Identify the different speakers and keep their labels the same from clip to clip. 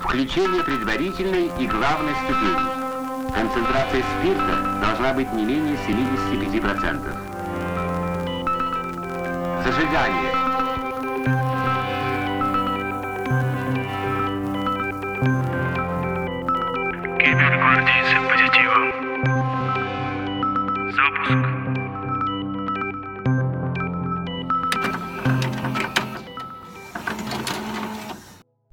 Speaker 1: включение предварительной и главной ступени. Концентрация спирта должна быть не менее 75%. Зажигание.
Speaker 2: Кибергвардейцы позитива. Запуск.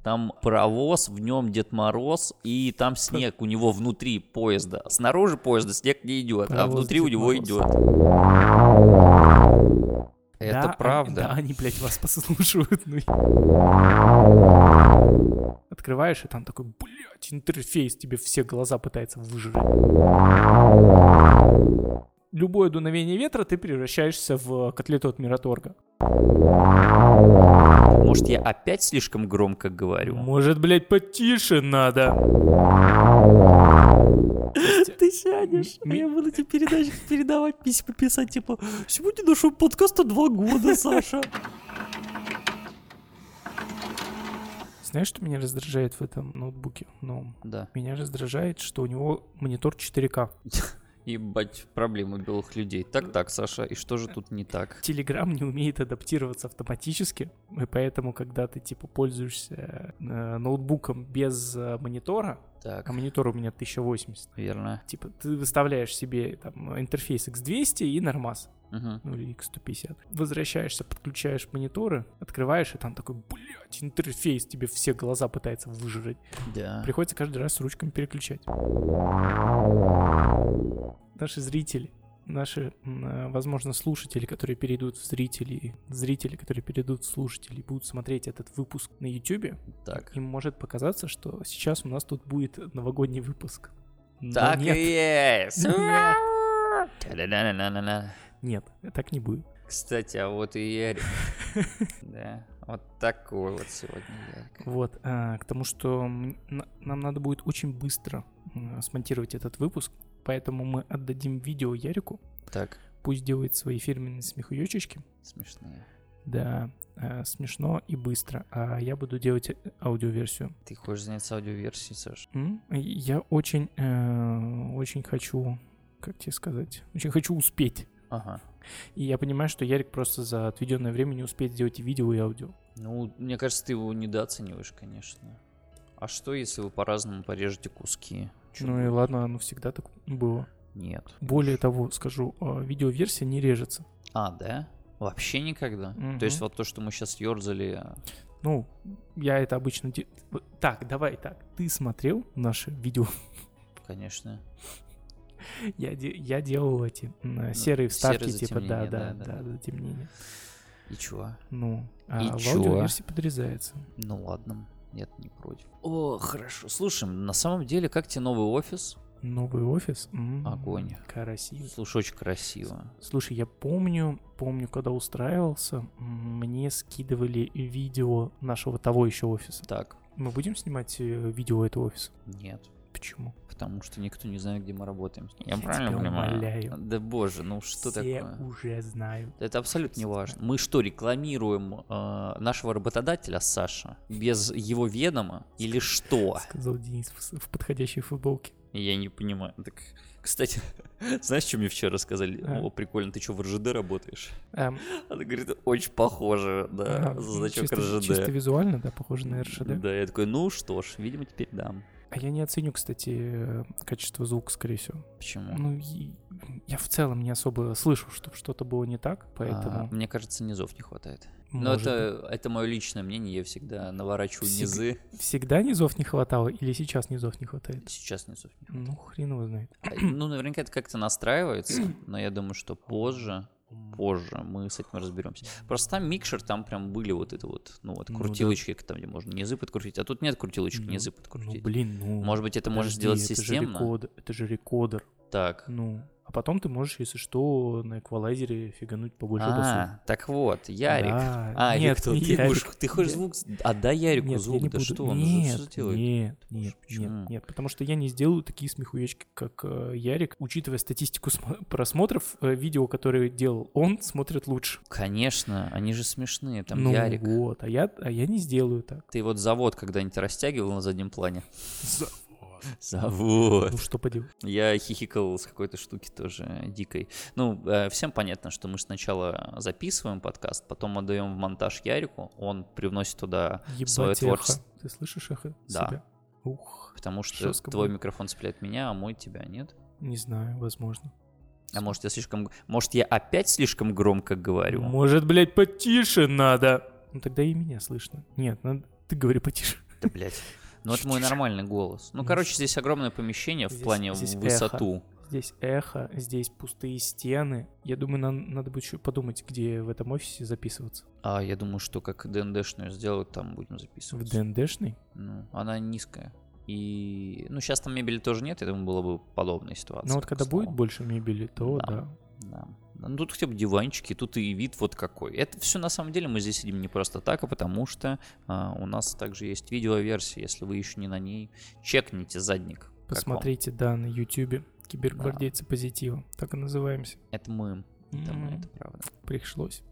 Speaker 3: Там паровоз, в нем Дед Мороз, и там снег у него внутри поезда. Снаружи поезда снег не идет, а
Speaker 4: Паровоз,
Speaker 3: внутри у
Speaker 4: Дед
Speaker 3: него
Speaker 4: Мороз.
Speaker 3: идет. Это
Speaker 4: Да, они-
Speaker 3: правда.
Speaker 4: да, они, блядь, вас послушают. ну и- Открываешь, и там такой, блядь, интерфейс тебе все глаза пытается выжрать. Любое дуновение ветра ты превращаешься в котлету от Мираторга.
Speaker 3: Может, я опять слишком громко говорю?
Speaker 4: Может, блядь, потише надо.
Speaker 5: Ты сядешь, а
Speaker 4: Ми-
Speaker 5: я буду тебе передачи- передавать письма писать, типа, сегодня нашего подкаста два года, Саша.
Speaker 4: Знаешь, что меня раздражает в этом ноутбуке? Ну,
Speaker 3: Да.
Speaker 4: меня раздражает, что у него монитор 4К.
Speaker 3: Ебать, проблемы белых людей. Так-так, Саша, и что же тут не так?
Speaker 4: Телеграм не умеет адаптироваться автоматически, и поэтому, когда ты, типа, пользуешься э, ноутбуком без э, монитора,
Speaker 3: Так,
Speaker 4: а монитор у меня 1080,
Speaker 3: верно.
Speaker 4: типа, ты выставляешь себе там интерфейс X200 и нормас,
Speaker 3: Мгм.
Speaker 4: ну или X150. Возвращаешься, подключаешь мониторы, открываешь, и там такой, блядь, интерфейс тебе все глаза пытается выжрать.
Speaker 3: Да.
Speaker 4: Приходится каждый раз ручками переключать. Наши зрители, наши, м, э, возможно, слушатели, которые перейдут в зрителей, зрители, которые перейдут в слушателей, будут смотреть этот выпуск на YouTube,
Speaker 3: Так.
Speaker 4: им может показаться, что сейчас у нас тут будет новогодний выпуск. Но
Speaker 3: Так и
Speaker 4: нет,
Speaker 3: есть.
Speaker 4: Нет.
Speaker 3: Та-да-да-да-да-да.
Speaker 4: нет, так не будет.
Speaker 3: Кстати, а вот и Ярик. Да, вот такой вот сегодня Ярик.
Speaker 4: Вот, а, к тому, что м- на- нам надо будет очень быстро м, смонтировать этот выпуск, поэтому мы отдадим видео Ярику,
Speaker 3: Так,
Speaker 4: пусть делает свои фирменные смехуёчечки,
Speaker 3: смешные.
Speaker 4: Да, э, смешно и быстро. А я буду делать э, аудиоверсию.
Speaker 3: Ты хочешь заняться аудиоверсией, Саш?
Speaker 4: М? Я очень, э, очень хочу, как тебе сказать, очень хочу успеть.
Speaker 3: Ага.
Speaker 4: И я понимаю, что Ярик просто за отведенное время не успеет сделать и видео, и аудио.
Speaker 3: Ну, мне кажется, ты его недооцениваешь, конечно. А что, если вы по-разному порежете куски? Чё
Speaker 4: ну и
Speaker 3: будет?
Speaker 4: ладно, оно всегда так было.
Speaker 3: Нет.
Speaker 4: Более того, скажу, э, видеоверсия не режется.
Speaker 3: А, да? Вообще никогда? То есть вот то, что мы сейчас ерзали...
Speaker 4: Ну, я это обычно... де- Вот Так, давай так. Ты смотрел наше видео?
Speaker 3: Конечно.
Speaker 4: Я, де- я делал эти м,
Speaker 3: Ну,
Speaker 4: серые вставки, типа,
Speaker 3: затемнения,
Speaker 4: да, да,
Speaker 3: да, да,
Speaker 4: да,
Speaker 3: да.
Speaker 4: затемнение.
Speaker 3: И чего?
Speaker 4: Ну, а
Speaker 3: И
Speaker 4: в
Speaker 3: чё?
Speaker 4: аудиоверсии подрезается.
Speaker 3: Ну ладно, я не против. О, хорошо. Слушай, на самом деле, как тебе новый офис?
Speaker 4: Новый офис. М,
Speaker 3: Огонь.
Speaker 4: Красиво.
Speaker 3: Слушай, очень красиво.
Speaker 4: Слушай, я помню, помню, когда устраивался, м, мне скидывали видео нашего того еще офиса.
Speaker 3: Так,
Speaker 4: Мы будем снимать э, видео этого офиса?
Speaker 3: нет.
Speaker 4: Почему?
Speaker 3: Потому что никто не знает, где мы работаем.
Speaker 4: Я тебя умоляю.
Speaker 3: Да боже, ну что
Speaker 4: Все
Speaker 3: такое?
Speaker 4: уже знают.
Speaker 3: Это абсолютно не
Speaker 4: Все
Speaker 3: важно. Мы что, рекламируем э, нашего работодателя Саша без его ведома или что?
Speaker 4: Сказал Денис в, с- в подходящей футболке.
Speaker 3: Я не понимаю. Так, кстати, знаешь, что мне вчера сказали?
Speaker 4: А.
Speaker 3: О, прикольно, ты что, в РЖД работаешь?
Speaker 4: Эм,
Speaker 3: Она говорит, очень похоже, да,
Speaker 4: ага,
Speaker 3: А,
Speaker 4: ну,
Speaker 3: значок
Speaker 4: чисто,
Speaker 3: РЖД.
Speaker 4: чисто визуально, да, похоже на РШД.
Speaker 3: Да, я такой, ну что ж, видимо, теперь дам.
Speaker 4: А я не оценю, кстати, э, качество звука, скорее всего.
Speaker 3: Почему?
Speaker 4: Ну, и- я в целом не особо слышу, чтобы что-то было не так,
Speaker 3: А,
Speaker 4: поэтому...
Speaker 3: мне кажется, низов не хватает. Но
Speaker 4: может
Speaker 3: Ну, это, это мое личное мнение, я всегда наворачиваю
Speaker 4: Всег-
Speaker 3: низы.
Speaker 4: быть. Всегда низов не хватало или сейчас низов не хватает?
Speaker 3: Сейчас низов не хватает.
Speaker 4: Ну, хрен его знает.
Speaker 3: А, Ну, наверняка это как-то настраивается, но я думаю, что позже, позже мы с этим разберемся. Просто там микшер, там прям были вот это вот, ну вот,
Speaker 4: Ну
Speaker 3: крутилочки, там, где можно низы подкрутить, а тут нет крутилочек
Speaker 4: Ну,
Speaker 3: низы
Speaker 4: Ну,
Speaker 3: подкрутить.
Speaker 4: блин, ну...
Speaker 3: Может быть, это можно
Speaker 4: подожди,
Speaker 3: сделать
Speaker 4: это же
Speaker 3: системно?
Speaker 4: рекодер- это же рекодер.
Speaker 3: Так,
Speaker 4: Ну, а потом ты можешь, если что, на эквалайзере фигануть побольше басу.
Speaker 3: А, так вот, Ярик.
Speaker 4: Да.
Speaker 3: А,
Speaker 4: Нет,
Speaker 3: Виктор,
Speaker 4: не
Speaker 3: ты,
Speaker 4: Ярик.
Speaker 3: будешь- ты хочешь
Speaker 4: Я-
Speaker 3: звук... с- Отдай Ярику
Speaker 4: Нет,
Speaker 3: звук,
Speaker 4: я не
Speaker 3: да
Speaker 4: буду.
Speaker 3: что, он уже
Speaker 4: нет,
Speaker 3: что делает?
Speaker 4: Нет,
Speaker 3: Боже,
Speaker 4: нет,
Speaker 3: почему?
Speaker 4: нет, нет, потому что я не сделаю такие смехуечки, как э, Ярик. Учитывая статистику смо- просмотров, э, видео, которые делал он, смотрят лучше.
Speaker 3: Конечно, они же смешные, там
Speaker 4: ну
Speaker 3: Ярик.
Speaker 4: вот, а я, а я не сделаю так.
Speaker 3: Ты вот завод когда-нибудь растягивал на заднем плане? Завод.
Speaker 4: Ну что поделать.
Speaker 3: Я хихикал с какой-то штуки тоже дикой. Ну, э, всем понятно, что мы сначала записываем подкаст, потом отдаем в монтаж Ярику, он привносит туда свое
Speaker 4: Ебать эхо.
Speaker 3: творчество.
Speaker 4: Ты слышишь эхо?
Speaker 3: Да.
Speaker 4: Себя? Ух,
Speaker 3: Потому что
Speaker 4: Жестко
Speaker 3: твой
Speaker 4: будет.
Speaker 3: микрофон цепляет меня, а мой тебя нет.
Speaker 4: не знаю, возможно.
Speaker 3: А может я слишком... Может я опять слишком громко говорю?
Speaker 4: Может, блядь, потише надо? Ну тогда и меня слышно. Нет, надо... ты говори потише.
Speaker 3: Да, блядь. Ну это мой
Speaker 4: Тише.
Speaker 3: нормальный голос. Ну,
Speaker 4: Ну,
Speaker 3: короче, здесь огромное помещение в
Speaker 4: здесь-
Speaker 3: плане
Speaker 4: здесь
Speaker 3: высоту.
Speaker 4: Здесь эхо, здесь пустые стены. Я думаю, нам надо будет еще подумать, где в этом офисе записываться.
Speaker 3: А я думаю, что как ДНДшную сделают, там будем
Speaker 4: В
Speaker 3: записываться.
Speaker 4: ДНДшный?
Speaker 3: Ну, она низкая. И, ну, сейчас там мебели тоже нет, я думаю, была бы подобная ситуация.
Speaker 4: Ну вот
Speaker 3: к
Speaker 4: когда
Speaker 3: слову.
Speaker 4: будет больше мебели, то
Speaker 3: Да.
Speaker 4: да.
Speaker 3: Да. Да, Ну, тут хотя бы диванчики, тут и вид вот какой. Это все на самом деле мы здесь сидим не просто так, а потому что а, у нас также есть видеоверсия, если вы еще не на ней, чекните задник. как вам.
Speaker 4: Посмотрите, да, на Ютубе. Кибергвардейцы позитива. Так и называемся.
Speaker 3: Это мы, это мы,
Speaker 4: М,
Speaker 3: это правда.
Speaker 4: Пришлось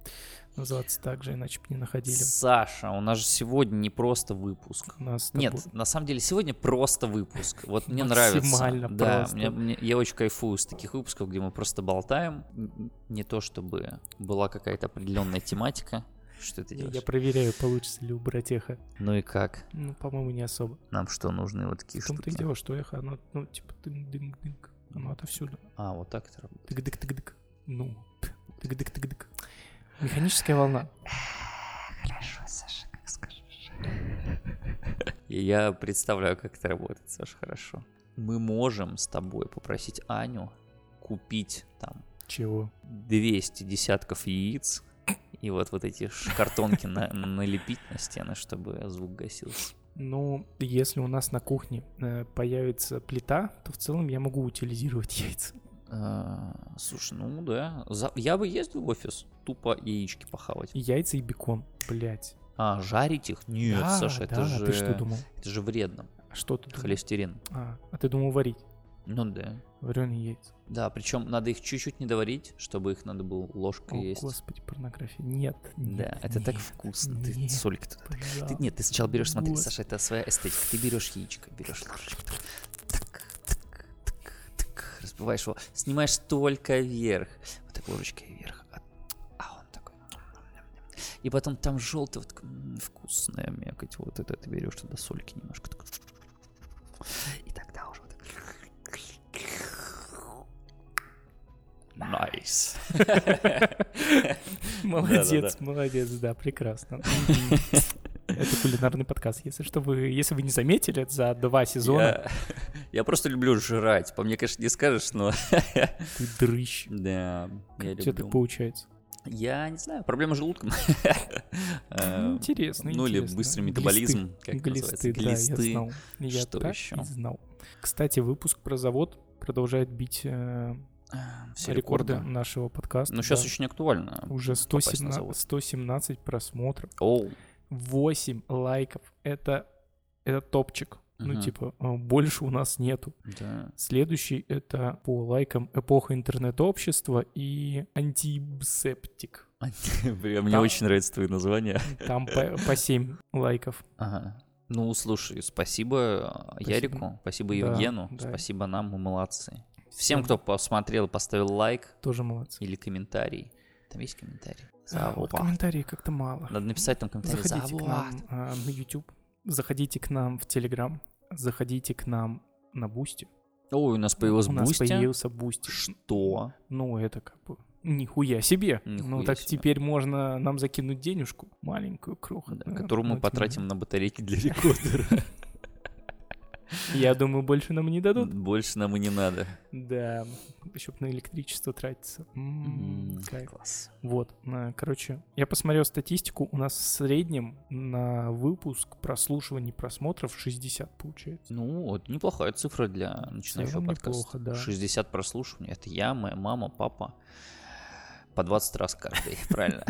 Speaker 4: называться так же, иначе бы не находили.
Speaker 3: Саша, у нас же сегодня не просто выпуск.
Speaker 4: Нас с
Speaker 3: Нет,
Speaker 4: тобой.
Speaker 3: на самом деле сегодня просто выпуск. Вот мне нравится.
Speaker 4: Максимально
Speaker 3: да,
Speaker 4: просто.
Speaker 3: мне- мне- я очень кайфую с таких выпусков, где мы просто болтаем. Н- Не то чтобы была какая-то определенная тематика. Что ты
Speaker 4: Я,
Speaker 3: делаешь?
Speaker 4: я проверяю, получится ли убрать эхо.
Speaker 3: Ну и как?
Speaker 4: Ну, по-моему, не особо.
Speaker 3: Нам что, нужны вот такие
Speaker 4: В том-то и
Speaker 3: штуки?
Speaker 4: дело, что эхо, оно, ну, типа, дым-дым-дынг. Оно отовсюду.
Speaker 3: А, вот так это работает.
Speaker 4: Тык-дык-тык-дык. Ну, тык-дык-тык-дык. Механическая волна.
Speaker 3: И Я представляю, как это работает, Саша, хорошо. Мы можем с тобой попросить Аню купить там
Speaker 4: Чего?
Speaker 3: 200 десятков яиц и вот, вот эти ш- картонки на- налепить на стены, чтобы звук гасился.
Speaker 4: Ну, если у нас на кухне э, появится плита, то в целом я могу утилизировать яйца.
Speaker 3: А, Слушай, ну да. За- Я бы ездил в офис тупо яички похавать.
Speaker 4: И яйца, и бекон. Блять.
Speaker 3: А, жарить их? Нет,
Speaker 4: да,
Speaker 3: Саша, это
Speaker 4: А, да,
Speaker 3: же,
Speaker 4: ты что думал?
Speaker 3: это же вредно.
Speaker 4: А Что ты думал?
Speaker 3: Холестерин.
Speaker 4: А, а ты думал варить
Speaker 3: Ну да.
Speaker 4: вареные яйца?
Speaker 3: Да, причем надо их чуть-чуть не доварить, чтобы их надо было ложкой
Speaker 4: О,
Speaker 3: есть.
Speaker 4: господи, порнография. Нет,
Speaker 3: Да,
Speaker 4: нет,
Speaker 3: это так
Speaker 4: нет,
Speaker 3: вкусно. Ты
Speaker 4: нет,
Speaker 3: солька тут. Ты,
Speaker 4: пожалуйста.
Speaker 3: нет, ты сначала берешь, смотри,
Speaker 4: Господи.
Speaker 3: Саша, это своя эстетика. Ты берешь яичко, берешь ложечку, так, так, так, так, так, разбиваешь его, снимаешь только вверх. Вот так ложечкой вверх. А, а он такой. И потом там желтый, вот такой, м, вкусная мякоть. Вот это ты берешь туда сольки немножко. так. И тогда уже вот так. Найс.
Speaker 4: Молодец, молодец, да, прекрасно. Мгм. Это кулинарный подкаст. Если что, вы, если вы не заметили, за два сезона
Speaker 3: Я, я просто люблю жрать. По мне, конечно, не скажешь, но...
Speaker 4: ты дрыщ.
Speaker 3: Да, я
Speaker 4: Что так
Speaker 3: люблю.
Speaker 4: получается?
Speaker 3: Я не знаю, проблема с желудком. Э,
Speaker 4: Интересно,
Speaker 3: Ну или
Speaker 4: интересно.
Speaker 3: быстрый
Speaker 4: Глисты.
Speaker 3: метаболизм, как это называется.
Speaker 4: Глисты, да, я знал. Я
Speaker 3: Что
Speaker 4: так
Speaker 3: еще?
Speaker 4: и знал. Кстати, выпуск про завод продолжает бить э,
Speaker 3: Все
Speaker 4: рекорды
Speaker 3: рекорды.
Speaker 4: нашего подкаста.
Speaker 3: Ну, сейчас
Speaker 4: да.
Speaker 3: очень актуально.
Speaker 4: уже
Speaker 3: попасть на
Speaker 4: 117
Speaker 3: завод.
Speaker 4: 117 просмотров,
Speaker 3: Оу,
Speaker 4: 8 лайков. Это, это топчик. Ну,
Speaker 3: Мгм.
Speaker 4: типа, э, больше у нас нету.
Speaker 3: да.
Speaker 4: Следующий — это по лайкам «Эпоха интернет-общества» и «Антибсептик».
Speaker 3: Бля, Мне
Speaker 4: Там-
Speaker 3: очень нравятся твои названия.
Speaker 4: Там по, 7 лайков.
Speaker 3: Ага. Ну, слушай, спасибо, э,
Speaker 4: Спасибо.
Speaker 3: Ярику, спасибо
Speaker 4: Да,
Speaker 3: Евгену,
Speaker 4: да.
Speaker 3: спасибо нам, мы молодцы. Всем, кто посмотрел, поставил лайк
Speaker 4: Тоже молодцы.
Speaker 3: или комментарий. Там есть комментарий?
Speaker 4: А, вот комментарии как-то мало.
Speaker 3: Надо написать там комментарий.
Speaker 4: Заходите к
Speaker 3: Завод.
Speaker 4: нам а, на YouTube, заходите к нам в Telegram, заходите к нам на Бусти.
Speaker 3: Ой, у нас появилось
Speaker 4: У нас
Speaker 3: Бусти.
Speaker 4: появился Бусти.
Speaker 3: Что?
Speaker 4: Ну, это как бы нихуя себе. ну,
Speaker 3: Нихуя
Speaker 4: так
Speaker 3: себе.
Speaker 4: теперь можно нам закинуть денежку, маленькую,
Speaker 3: Да,
Speaker 4: крохотную. Ну,
Speaker 3: Которую мы
Speaker 4: но тем не
Speaker 3: потратим на батарейки для рекордера.
Speaker 4: Я думаю, больше нам не дадут.
Speaker 3: Больше нам и не надо.
Speaker 4: Да, еще на электричество тратится. М,
Speaker 3: М,
Speaker 4: кайф.
Speaker 3: Класс.
Speaker 4: Вот, э, короче, я посмотрел статистику, у нас в среднем на выпуск прослушиваний просмотров 60 получается.
Speaker 3: Ну, вот неплохая цифра для начинающего
Speaker 4: целом
Speaker 3: подкаста.
Speaker 4: неплохо, да.
Speaker 3: 60 прослушиваний. Это я, моя мама, папа. По 20 раз каждый, правильно?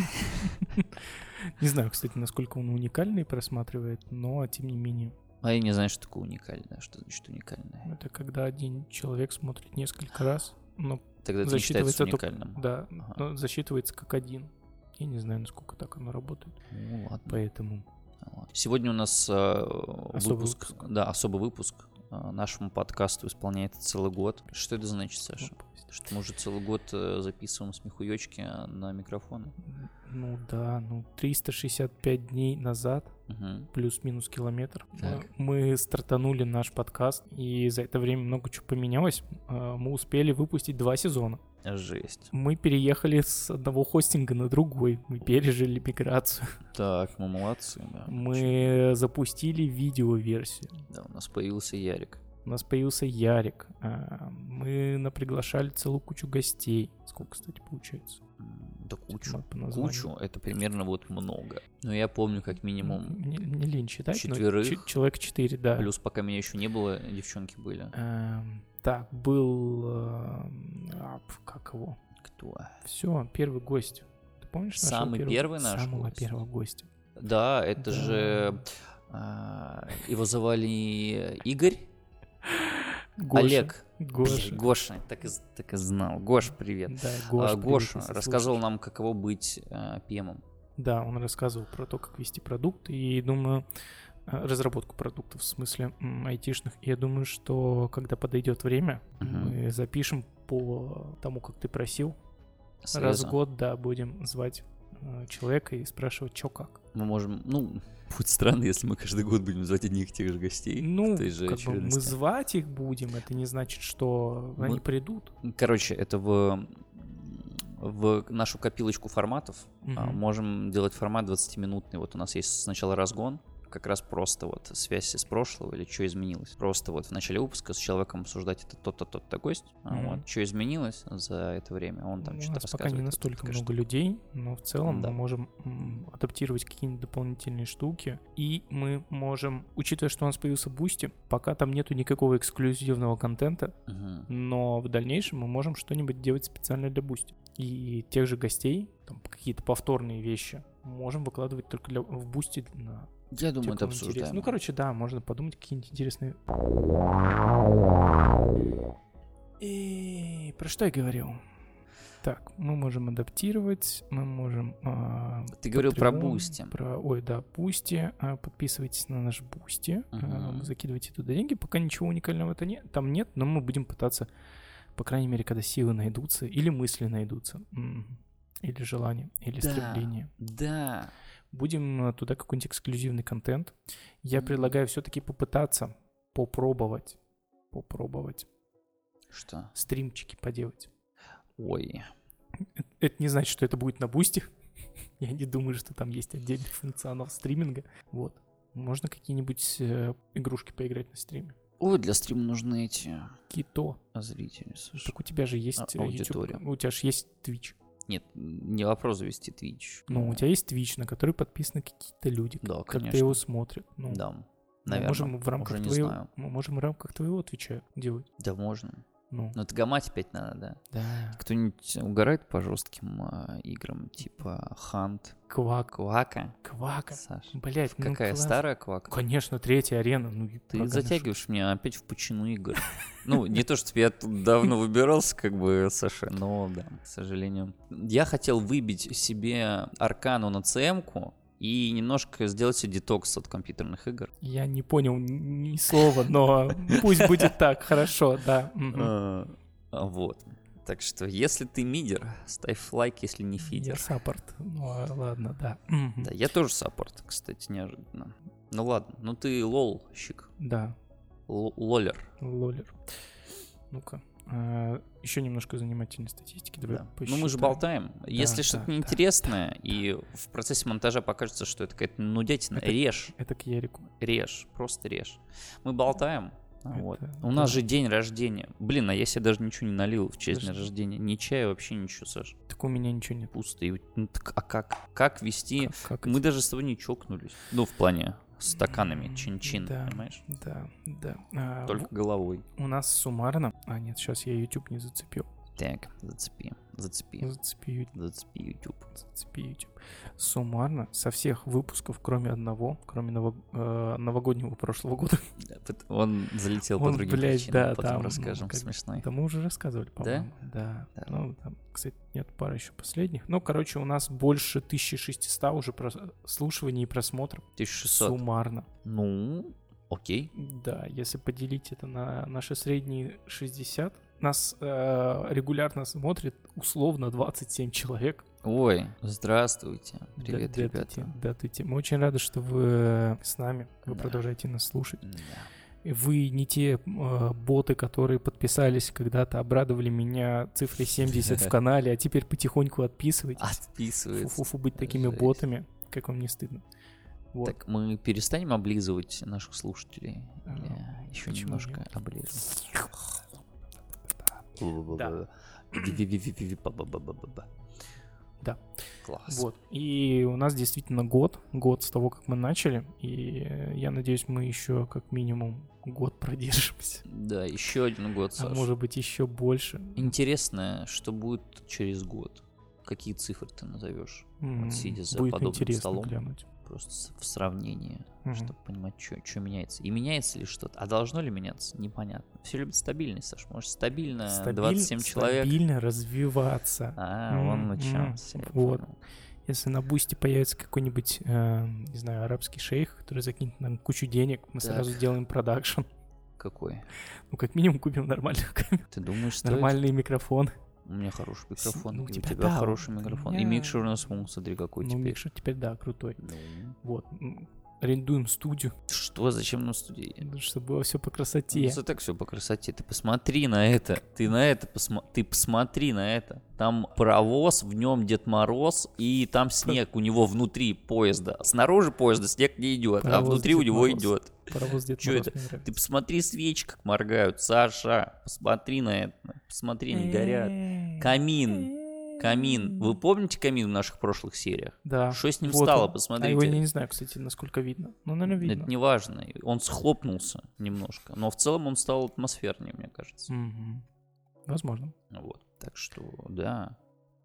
Speaker 4: Не знаю, кстати, насколько он уникальный просматривает, но тем не менее,
Speaker 3: А я не знаю, что такое уникальное. Что значит уникальное?
Speaker 4: это когда один человек смотрит несколько раз, но
Speaker 3: Тогда это не считается
Speaker 4: Засчитывается только-
Speaker 3: уникальным.
Speaker 4: да,
Speaker 3: Ага.
Speaker 4: но засчитывается как один. Я не знаю, насколько так оно работает.
Speaker 3: Ну, ладно.
Speaker 4: Поэтому
Speaker 3: Вот. Сегодня у нас э,
Speaker 4: Особый
Speaker 3: выпуск, да, особый выпуск. Э, Нашему подкасту исполняется целый год. Что это значит, Саша? Что мы уже целый год э, записываем смехуёчки на микрофон.
Speaker 4: Ну да, ну 365 дней назад,
Speaker 3: Мгм.
Speaker 4: плюс-минус километр,
Speaker 3: Так.
Speaker 4: э, мы стартанули наш подкаст, и за это время много чего поменялось. Э, Мы успели выпустить два сезона.
Speaker 3: Жесть.
Speaker 4: Мы переехали с одного хостинга на другой, мы пережили миграцию,
Speaker 3: Так, мы молодцы, да.
Speaker 4: мы запустили видеоверсию,
Speaker 3: Да, у нас появился Ярик.
Speaker 4: у нас появился Ярик, э, мы наприглашали целую кучу гостей. Сколько, кстати, получается?
Speaker 3: М, Да кучу.
Speaker 4: Тьма по названию.
Speaker 3: Кучу, это примерно вот много. Но я помню как минимум,
Speaker 4: Ну, Не, не лень считать, но
Speaker 3: четверых.
Speaker 4: че- человек 4, да.
Speaker 3: плюс пока меня еще не было, девчонки были.
Speaker 4: Эм, Так, был... эм, а, п- как его?
Speaker 3: Кто?
Speaker 4: Все, первый гость. Ты помнишь нашего
Speaker 3: Самый первый наш
Speaker 4: Самого
Speaker 3: гость?
Speaker 4: первого гостя.
Speaker 3: Да, это
Speaker 4: Да.
Speaker 3: же... а, его звали Игорь?
Speaker 4: Гоша.
Speaker 3: Олег.
Speaker 4: Гоша.
Speaker 3: Блин, Гоша, так и, з- так и знал. Гош, привет.
Speaker 4: Да,
Speaker 3: А,
Speaker 4: Гош, привет,
Speaker 3: Гоша
Speaker 4: если
Speaker 3: рассказывал
Speaker 4: слушаешь.
Speaker 3: нам, каково быть а, пемом.
Speaker 4: Да, он рассказывал про то, как вести продукт, и думаю, э, разработку продуктов, в смысле м, айтишных. И я думаю, что когда подойдет время,
Speaker 3: Мгм.
Speaker 4: мы запишем по тому, как ты просил. Раз
Speaker 3: Среза.
Speaker 4: в год, да, будем звать э, человека и спрашивать, что как.
Speaker 3: Мы можем, ну, будет странно, если мы каждый год будем звать одних и тех же гостей.
Speaker 4: Ну,
Speaker 3: в той же
Speaker 4: как бы мы
Speaker 3: очередности.
Speaker 4: звать их будем, это не значит, что
Speaker 3: Мы-
Speaker 4: они придут.
Speaker 3: Короче, это в, в нашу копилочку форматов. А,
Speaker 4: Мгм.
Speaker 3: Можем делать формат 20-минутный. Вот у нас есть сначала разгон, как раз просто вот связь из прошлого или что изменилось. Просто вот в начале выпуска с человеком обсуждать это тот-то, тот-то гость. а
Speaker 4: Мгм.
Speaker 3: Вот, что изменилось за это время, он там
Speaker 4: Ну,
Speaker 3: что-то
Speaker 4: у нас пока
Speaker 3: рассказывает.
Speaker 4: не
Speaker 3: это
Speaker 4: настолько
Speaker 3: такая
Speaker 4: много
Speaker 3: штука.
Speaker 4: людей, но в целом
Speaker 3: Да.
Speaker 4: мы можем м, адаптировать какие-нибудь дополнительные штуки. И мы можем, учитывая, что у нас появился Бусти, пока там нету никакого эксклюзивного контента,
Speaker 3: Мгм.
Speaker 4: но в дальнейшем мы можем что-нибудь делать специально для Бусти. И тех же гостей, там какие-то повторные вещи, можем выкладывать только для, в Бусти на
Speaker 3: Я
Speaker 4: те,
Speaker 3: думаю, это
Speaker 4: кому интересно.
Speaker 3: обсуждаем.
Speaker 4: Ну, короче, да, можно подумать какие-нибудь интересные... И про что я говорил? Так, мы можем адаптировать, мы можем... а,
Speaker 3: Ты говорил про
Speaker 4: Patreon,
Speaker 3: Бусти.
Speaker 4: Про, ой, да, Бусти. А, Подписывайтесь на наш Бусти. а,
Speaker 3: Мгм.
Speaker 4: Закидывайте туда деньги. Пока ничего уникального это не, там нет, но мы будем пытаться, по крайней мере, когда силы найдутся, или мысли найдутся, м, или желание, или
Speaker 3: Да.
Speaker 4: стремление.
Speaker 3: Да.
Speaker 4: Будем э, туда какой-нибудь эксклюзивный контент. Я
Speaker 3: Мгм.
Speaker 4: предлагаю все-таки попытаться попробовать, попробовать
Speaker 3: Что?
Speaker 4: стримчики поделать.
Speaker 3: Ой.
Speaker 4: Это не значит, что это будет на бусте. Я не думаю, что там есть отдельный функционал стриминга. Вот. Можно какие-нибудь э, игрушки поиграть на стриме.
Speaker 3: Ой, для стрима нужны эти а,
Speaker 4: Кито.
Speaker 3: зрители. слушай. а,
Speaker 4: Так у тебя же есть э, YouTube.
Speaker 3: аудитория.
Speaker 4: У тебя же есть Twitch.
Speaker 3: Нет, не вопрос завести Twitch.
Speaker 4: Ну, у тебя есть Twitch, на который подписаны какие-то люди.
Speaker 3: Да,
Speaker 4: Как
Speaker 3: конечно.
Speaker 4: ты его смотрят. Ну,
Speaker 3: Да,
Speaker 4: мы
Speaker 3: наверное.
Speaker 4: можем в рамках
Speaker 3: Уже не
Speaker 4: твоего,
Speaker 3: знаю.
Speaker 4: мы можем в рамках твоего Твича делать.
Speaker 3: Да можно.
Speaker 4: Ну,
Speaker 3: Но это гамать опять надо, да.
Speaker 4: да.
Speaker 3: Кто-нибудь угорает по жестким а, играм, типа Хант,
Speaker 4: Квак.
Speaker 3: Квака,
Speaker 4: Квака.
Speaker 3: Саш.
Speaker 4: Блять, ну
Speaker 3: Какая
Speaker 4: класс.
Speaker 3: старая Квака?
Speaker 4: Конечно, третья арена. Ну, и
Speaker 3: Ты
Speaker 4: поганая
Speaker 3: затягиваешь меня опять в пучину игр. Ну, не то, чтобы я тут давно выбирался, как бы, Саша, но да, к сожалению. Я хотел выбить себе аркану на ЦМ-ку и немножко сделать себе детокс от компьютерных игр.
Speaker 4: шутка. Я не понял ни ни слова, но пусть будет так, хорошо, да. мгм.
Speaker 3: Э, Вот. Так что, если ты мидер, ставь лайк, если не
Speaker 4: Я
Speaker 3: фидер.
Speaker 4: саппорт. Ну, а, ладно, да. мгм.
Speaker 3: Да, я тоже саппорт, кстати, неожиданно. Ну ладно, ну ты лолщик,
Speaker 4: Да,
Speaker 3: л- лолер.
Speaker 4: лолер. Ну-ка. Еще немножко занимательной статистики. Давай
Speaker 3: да. Ну мы же
Speaker 4: посчитаем.
Speaker 3: болтаем. Если
Speaker 4: да,
Speaker 3: что-то
Speaker 4: да,
Speaker 3: неинтересное и в процессе монтажа покажется, что это какая-то нудятина,
Speaker 4: Это-
Speaker 3: режь,
Speaker 4: Это к Ярику.
Speaker 3: режь, просто режь. Мы болтаем, А,
Speaker 4: Это
Speaker 3: Вот.
Speaker 4: да.
Speaker 3: У нас же день рождения. Блин, а я себе даже ничего не налил в честь дня
Speaker 4: Подожди.
Speaker 3: рождения. Ни чая, вообще ничего, Саш.
Speaker 4: Так у меня ничего нет.
Speaker 3: Пусто. И, ну, так, а как? Как вести?
Speaker 4: Как- как
Speaker 3: Мы даже с тобой не чокнулись. Ну, в плане стаканами.
Speaker 4: М,
Speaker 3: Чин-чин,
Speaker 4: да.
Speaker 3: понимаешь?
Speaker 4: Да, да. А,
Speaker 3: Только головой.
Speaker 4: в- У нас суммарно... А, нет, сейчас я YouTube не зацепил.
Speaker 3: Так, зацепи, зацепи,
Speaker 4: Зацепи YouTube,
Speaker 3: зацепи YouTube.
Speaker 4: зацепи YouTube. Суммарно со всех выпусков, кроме одного, кроме ново- э, новогоднего прошлого года,
Speaker 3: Да, пот- Он залетел по
Speaker 4: Он,
Speaker 3: другим
Speaker 4: блядь,
Speaker 3: причинам,
Speaker 4: да,
Speaker 3: потом
Speaker 4: там,
Speaker 3: расскажем,
Speaker 4: как-
Speaker 3: смешной.
Speaker 4: Да мы уже рассказывали, по-моему. Да?
Speaker 3: Да.
Speaker 4: Ну, там, кстати, нет пары еще последних. Ну, короче, у нас больше 1600 уже прослушиваний и просмотров
Speaker 3: 1600.
Speaker 4: суммарно.
Speaker 3: Ну, окей.
Speaker 4: Да, если поделить это на наши средние 60, нас э, регулярно смотрит условно 27 человек.
Speaker 3: Ой, здравствуйте.
Speaker 4: Да-
Speaker 3: Привет,
Speaker 4: да,
Speaker 3: ребята.
Speaker 4: тетя, Да, тетя. Мы очень рады, что вы с нами, вы
Speaker 3: Да.
Speaker 4: продолжаете нас слушать.
Speaker 3: Да.
Speaker 4: Вы не те э, боты, которые подписались когда-то, обрадовали меня цифрой 70 в канале, а теперь потихоньку отписываете.
Speaker 3: Отписывается.
Speaker 4: Фу-фу-фу, быть такими
Speaker 3: Жесть.
Speaker 4: ботами, как вам не стыдно. Вот.
Speaker 3: Так, мы перестанем облизывать наших слушателей?
Speaker 4: А,
Speaker 3: еще
Speaker 4: почему
Speaker 3: немножко
Speaker 4: нет?
Speaker 3: оближем?
Speaker 4: Да.
Speaker 3: Ви-ви-ви-ви-ви-ба-ба-ба-ба-ба.
Speaker 4: Да.
Speaker 3: Класс.
Speaker 4: Вот. И у нас действительно год, год с того, как мы начали. И э, я надеюсь, мы еще как минимум год продержимся.
Speaker 3: Да, еще один год,
Speaker 4: А
Speaker 3: Саш.
Speaker 4: может быть еще больше.
Speaker 3: Интересно, что будет через год? Какие цифры ты назовешь?
Speaker 4: М,
Speaker 3: сидя за
Speaker 4: Будет
Speaker 3: подобным
Speaker 4: интересно
Speaker 3: столом.
Speaker 4: глянуть.
Speaker 3: Просто с- в сравнении,
Speaker 4: Мгм.
Speaker 3: чтобы понимать, что меняется. И меняется ли что-то? А должно ли меняться? Непонятно. Все любят стабильность, Саш. Может, стабильно
Speaker 4: Стабиль-
Speaker 3: 27 э, человек?
Speaker 4: Стабильно развиваться.
Speaker 3: А, вон на
Speaker 4: М,
Speaker 3: чем.
Speaker 4: м, вот. Если на бусте появится какой-нибудь, э, не знаю, арабский шейх, который закинет нам кучу денег, мы
Speaker 3: Так.
Speaker 4: сразу сделаем продакшн.
Speaker 3: Какой?
Speaker 4: Ну, как минимум, купим нормальную камеру,
Speaker 3: Ты думаешь, что
Speaker 4: нормальный микрофон.
Speaker 3: у меня хороший
Speaker 4: С-
Speaker 3: микрофон,
Speaker 4: ну, у
Speaker 3: и у
Speaker 4: тебя,
Speaker 3: тебя,
Speaker 4: да,
Speaker 3: хороший
Speaker 4: у
Speaker 3: микрофон. И
Speaker 4: меня-
Speaker 3: микшер у нас, вон, смотри, какой
Speaker 4: Ну,
Speaker 3: теперь.
Speaker 4: микшер теперь, да, крутой.
Speaker 3: Ну,
Speaker 4: Вот. М, Арендуем студию,
Speaker 3: Что? Зачем нам студии?
Speaker 4: ну, чтобы было все по
Speaker 3: Ну,
Speaker 4: красоте.
Speaker 3: за так все по красоте. Ты посмотри на это. Ты на это посмо... Ты посмотри на это. Там паровоз, в нем Дед Мороз, и там снег у него внутри поезда. Снаружи поезда снег не идет, а
Speaker 4: Паровоз,
Speaker 3: внутри у
Speaker 4: Дед
Speaker 3: него
Speaker 4: Мороз.
Speaker 3: идет.
Speaker 4: Паровоз Дед
Speaker 3: Чё
Speaker 4: Мороз
Speaker 3: это?
Speaker 4: мне нравится.
Speaker 3: Ты посмотри свечи, как моргают. Саша, посмотри на это. Посмотри, они горят. Камин. Камин. Вы помните камин в наших прошлых сериях?
Speaker 4: Да.
Speaker 3: Что с ним
Speaker 4: Вот
Speaker 3: стало?
Speaker 4: он. А его я
Speaker 3: Посмотрите.
Speaker 4: не знаю, кстати, насколько видно. Ну, наверное, видно.
Speaker 3: Это не важно. Он схлопнулся немножко. Но в целом он стал атмосфернее, мне кажется.
Speaker 4: Мгм. Возможно.
Speaker 3: Ну Вот. Так что, да.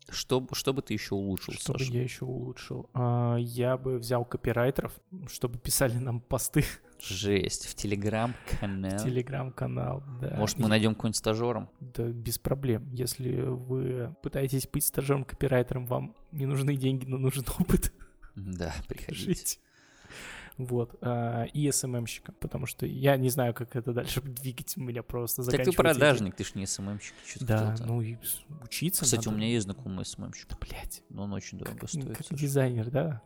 Speaker 3: Что, б- что бы ты еще улучшил,
Speaker 4: Что бы
Speaker 3: Саша?
Speaker 4: я еще улучшил? А, я бы взял копирайтеров, чтобы писали нам посты
Speaker 3: Жесть. В
Speaker 4: в
Speaker 3: телеграм-канал.
Speaker 4: телеграм-канал. Да.
Speaker 3: Может, мы
Speaker 4: а, И-
Speaker 3: найдем какой-нибудь стажером?
Speaker 4: Да, без проблем. Если вы пытаетесь быть стажером-копирайтером, вам не нужны деньги, но нужен опыт.
Speaker 3: Да, приходите.
Speaker 4: жить. Вот. а, И СММщика, потому что я не знаю, как это дальше двигать. У меня просто
Speaker 3: Так ты
Speaker 4: заканчиваются эти-
Speaker 3: продажник, ты ж не СММщик. чё ты
Speaker 4: Да,
Speaker 3: хотел-то?
Speaker 4: ну и с- учиться
Speaker 3: Кстати, у
Speaker 4: надо.
Speaker 3: меня есть знакомый СММщик,
Speaker 4: Блядь,
Speaker 3: но он очень дорого
Speaker 4: как,
Speaker 3: стоит.
Speaker 4: как
Speaker 3: Саша.
Speaker 4: дизайнер, да.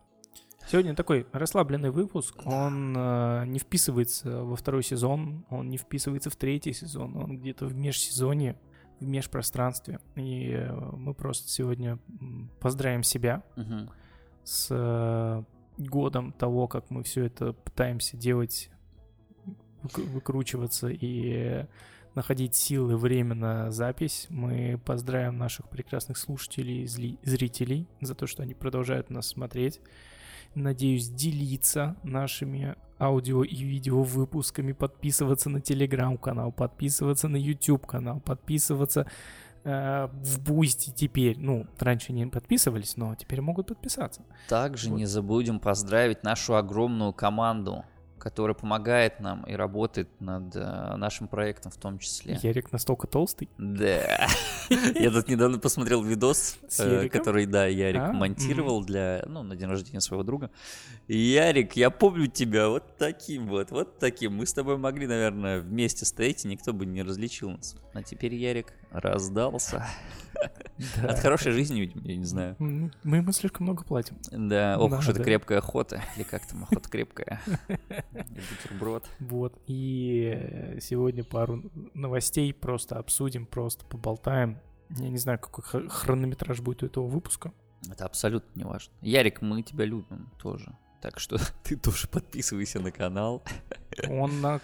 Speaker 4: Сегодня такой расслабленный выпуск. Он э, не вписывается во второй сезон, он не вписывается в третий сезон, он где-то в межсезонье, в межпространстве. И э, мы просто сегодня м, поздравим себя
Speaker 3: Мгм.
Speaker 4: с э, годом того, как мы все это пытаемся делать, вык- выкручиваться и находить силы, время на запись. Мы поздравим наших прекрасных слушателей и зли- зрителей за то, что они продолжают нас смотреть. Надеюсь, делиться нашими аудио и видео выпусками, подписываться на телеграм-канал, подписываться на YouTube канал, подписываться э, в Бусти теперь. Ну, раньше не подписывались, но теперь могут подписаться.
Speaker 3: Также
Speaker 4: Вот.
Speaker 3: не забудем поздравить нашу огромную команду, которая помогает нам и работает над э, нашим проектом в том числе.
Speaker 4: Ярик настолько толстый.
Speaker 3: Да. Я тут недавно посмотрел видос,
Speaker 4: С
Speaker 3: э,
Speaker 4: Яриком?
Speaker 3: который, да, Ярик
Speaker 4: А,
Speaker 3: монтировал для, ну, на день рождения своего друга. И, Ярик, я помню тебя вот таким вот, вот таким. Мы с тобой могли, наверное, вместе стоять, и никто бы не различил нас. А теперь Ярик раздался. От хорошей жизни, видимо, я не знаю.
Speaker 4: М, Мы ему слишком много платим.
Speaker 3: Да, ох уж
Speaker 4: Да,
Speaker 3: это
Speaker 4: да.
Speaker 3: крепкая охота. Или как там, охота крепкая. И Бутерброд.
Speaker 4: Вот. И э, сегодня пару новостей просто обсудим, просто поболтаем. Я не знаю, какой хр- хронометраж будет у этого выпуска.
Speaker 3: Это абсолютно не важно. Ярик, мы тебя любим тоже. Так что ты тоже подписывайся на канал.
Speaker 4: Он на,